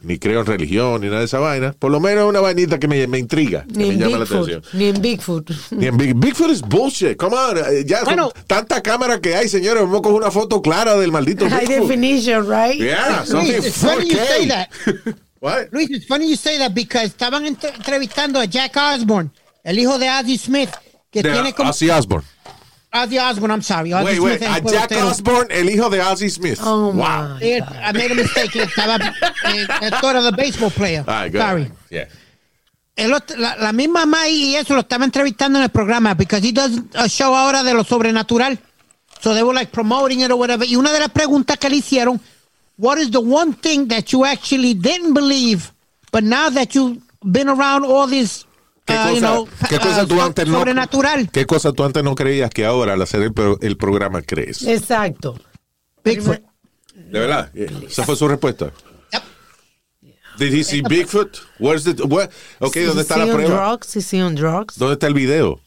[SPEAKER 4] ni creo en religión, ni nada de esa vaina, por lo menos es una vainita que me, me intriga, que
[SPEAKER 5] Ni
[SPEAKER 4] me
[SPEAKER 5] en
[SPEAKER 4] llama la
[SPEAKER 5] Bigfoot.
[SPEAKER 4] atención.
[SPEAKER 5] Ni en Bigfoot.
[SPEAKER 4] Ni en Big- Bigfoot es bullshit. Come on. eh, Ya con
[SPEAKER 6] Bueno.
[SPEAKER 4] tanta cámara que hay, señores. Vamos a coger una foto clara del maldito
[SPEAKER 5] High
[SPEAKER 4] Bigfoot.
[SPEAKER 5] definition, right?
[SPEAKER 4] Yeah, something
[SPEAKER 6] Luis, it's funny you
[SPEAKER 4] 4K.
[SPEAKER 6] say that.
[SPEAKER 4] What?
[SPEAKER 6] Luis, it's funny you say that because estaban entre- entrevistando a Jack Osborne, el hijo de Ozzy Smith, que
[SPEAKER 4] De
[SPEAKER 6] tiene como...
[SPEAKER 4] Ozzy Osbourne.
[SPEAKER 6] Ozzy Osbourne, I'm sorry. Ozzy
[SPEAKER 4] Wait,
[SPEAKER 6] Smith
[SPEAKER 4] wait,
[SPEAKER 6] es
[SPEAKER 4] a
[SPEAKER 6] el
[SPEAKER 4] Jack
[SPEAKER 6] pelotero.
[SPEAKER 4] Osborne, el hijo de Ozzy Smith.
[SPEAKER 5] Oh,
[SPEAKER 4] wow.
[SPEAKER 5] my.
[SPEAKER 6] Eh, I made a mistake. Estaba eh, actor of the baseball player.
[SPEAKER 4] All right, good.
[SPEAKER 6] Sorry.
[SPEAKER 4] Yeah.
[SPEAKER 6] El ot- la, la misma May y eso lo estaba entrevistando en el programa because he does a show ahora de lo sobrenatural. So they were like promoting it or whatever. Y una de las preguntas que le hicieron, what is the one thing that you actually didn't believe, but now that you've been around all this,
[SPEAKER 4] ¿Qué
[SPEAKER 6] uh,
[SPEAKER 4] cosa,
[SPEAKER 6] you know,
[SPEAKER 4] qué cosa
[SPEAKER 6] uh,
[SPEAKER 4] tú
[SPEAKER 6] so-
[SPEAKER 4] antes no
[SPEAKER 6] sobrenatural?
[SPEAKER 4] ¿Qué cosa tú antes no creías que ahora al hacer el, pro- el programa crees?
[SPEAKER 6] Eh,
[SPEAKER 5] Exacto.
[SPEAKER 6] Bigfoot.
[SPEAKER 4] De verdad. Yeah. Esa fue su respuesta.
[SPEAKER 6] Yep.
[SPEAKER 4] Did he
[SPEAKER 6] Eh,
[SPEAKER 4] see Bigfoot? Where's the where- Okay, ¿dónde está
[SPEAKER 5] Sí,
[SPEAKER 4] la
[SPEAKER 5] sí, on
[SPEAKER 4] prueba?
[SPEAKER 5] drugs, sí, sí, on drugs.
[SPEAKER 4] ¿Dónde está el video?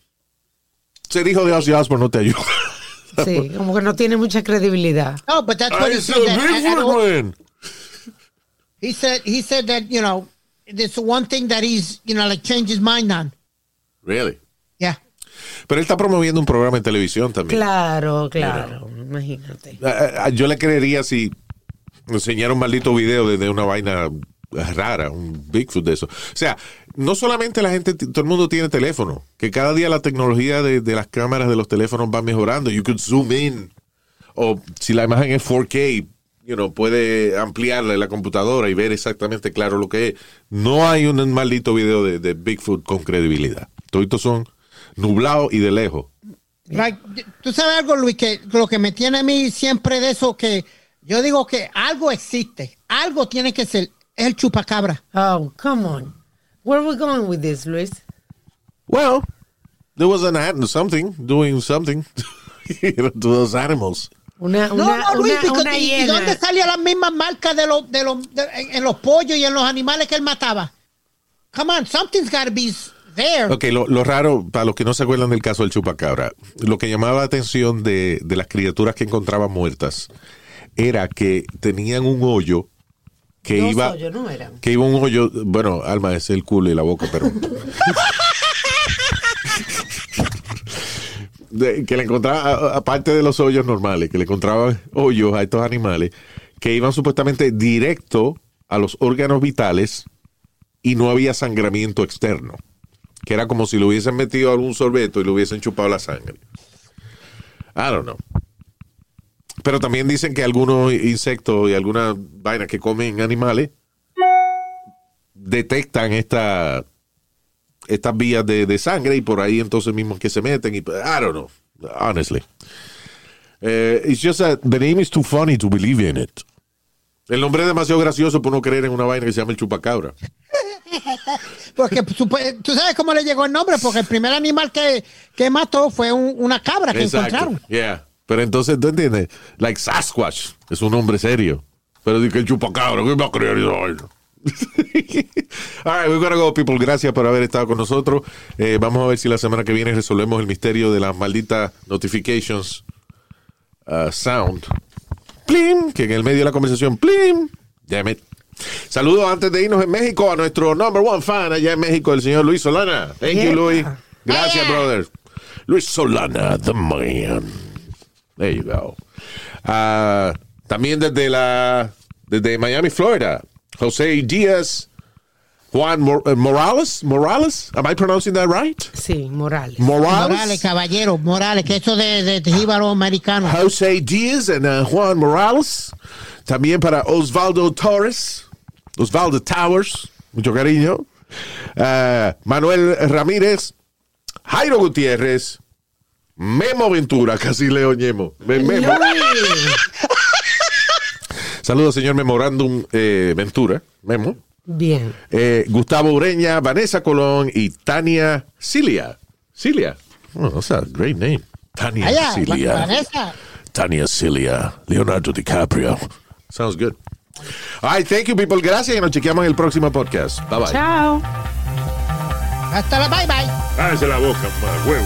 [SPEAKER 4] Ser hijo de Ozzy Osbourne no te ayuda.
[SPEAKER 5] Sí, como que no tiene mucha credibilidad.
[SPEAKER 6] No, but that's what
[SPEAKER 4] I
[SPEAKER 6] he
[SPEAKER 4] saw
[SPEAKER 6] said. that- I- I
[SPEAKER 4] Bigfoot,
[SPEAKER 6] don't-
[SPEAKER 4] man.
[SPEAKER 6] He said he said that you know there's one thing that he's you know like changed his mind on.
[SPEAKER 4] Really?
[SPEAKER 6] Yeah.
[SPEAKER 4] Pero él está promoviendo un programa en televisión también.
[SPEAKER 5] Claro, claro, imagínate.
[SPEAKER 4] Ah, ah, Yo le creería si enseñara un maldito video de, de una vaina rara, un Bigfoot de eso. O sea, no solamente la gente, t- todo el mundo tiene teléfono, que cada día la tecnología de, de las cámaras de los teléfonos va mejorando. You could zoom in. O si la imagen es 4K, you you know, puede ampliarla en la computadora y ver exactamente claro lo que es. No hay un maldito video de, de Bigfoot con credibilidad. Todos son nublados y de lejos.
[SPEAKER 6] Like, Tú sabes algo, Luis, que lo que me tiene a mí siempre de eso, que yo digo que algo existe, algo tiene que ser, es el chupacabra.
[SPEAKER 5] Oh, come on. Where are we going with this, Luis?
[SPEAKER 4] Well, there was an ad something, doing something you know, to those animals.
[SPEAKER 5] Una,
[SPEAKER 6] No,
[SPEAKER 5] una,
[SPEAKER 6] no, Luis,
[SPEAKER 5] una-
[SPEAKER 6] ¿y,
[SPEAKER 5] una
[SPEAKER 6] y- y
[SPEAKER 5] hiena.
[SPEAKER 6] dónde salían las mismas marcas de los, de los, de- en, en los pollos y en los animales que él mataba? Come on, something's gotta be there.
[SPEAKER 4] Ok, lo, lo raro, para los que no se acuerdan del caso del chupacabra, lo que llamaba la atención de, de las criaturas que encontraban muertas era que tenían un hoyo que
[SPEAKER 5] Dos
[SPEAKER 4] iba...
[SPEAKER 5] hoyos, ¿no eran?
[SPEAKER 4] Que iba un hoyo, bueno, Alma es el culo y la boca, pero... De- que le encontraba, a- a- aparte de los hoyos normales, que le encontraban hoyos a estos animales, que iban supuestamente directo a los órganos vitales y no había sangramiento externo. Que era como si le hubiesen metido algún sorbeto y le hubiesen chupado la sangre. I don't know. Pero también dicen que algunos insectos y algunas vainas que comen animales detectan esta, estas vías de, de sangre y por ahí entonces mismo que se meten. Y, I don't know, honestly. Eh, it's just that the name is too funny to believe in it. El nombre es demasiado gracioso por no creer en una vaina que se llama el chupacabra.
[SPEAKER 6] Porque supo- tú sabes cómo le llegó el nombre, porque el primer animal que, que mató fue un- una cabra que encontraron.
[SPEAKER 4] Yeah. Pero entonces, ¿tú entiendes? Like Sasquatch es un hombre serio. Pero dice que el chupacabra, ¿qué va a creer esa vaina? All right, we're gonna go, people. Gracias por haber estado con nosotros. Eh, vamos a ver si la semana que viene resolvemos el misterio de las malditas notifications uh, sound. Plim, que en el medio de la conversación, plim. Damn it. Saludos antes de irnos en México a nuestro number one fan allá en México, el señor Luis Solana. Thank
[SPEAKER 5] Yeah.
[SPEAKER 4] you, Luis. Gracias,
[SPEAKER 6] Yeah.
[SPEAKER 4] brother. Luis Solana, the man. There you go. Ah, también desde la desde Miami, Florida, José Díaz, Juan Mor- eh, Morales, Morales. Am I pronouncing that right?
[SPEAKER 5] Sí, Morales.
[SPEAKER 4] Morales.
[SPEAKER 6] Morales, caballero, Morales, que eso de, de, de jíbaro americano.
[SPEAKER 4] José Díaz and uh, Juan Morales. También para Osvaldo Torres, Osvaldo Towers, mucho cariño. Uh, Manuel Ramírez, Jairo Gutiérrez, Memo Ventura, casi le oñemo. Me- Memo. Saludos, señor Memorándum eh, Ventura, Memo.
[SPEAKER 5] Bien.
[SPEAKER 4] Eh, Gustavo Ureña, Vanessa Colón y Tania Cilia. Cilia. Oh, that's a great name. Tania
[SPEAKER 6] Allá,
[SPEAKER 4] Cilia.
[SPEAKER 6] Vanessa.
[SPEAKER 4] Tania Cilia, Leonardo DiCaprio. Sounds good. All right, thank you, people. Gracias y nos chequeamos en el próximo podcast. Bye bye.
[SPEAKER 5] Chao.
[SPEAKER 6] Hasta la bye bye.
[SPEAKER 7] Cállese la boca, ma, huevo.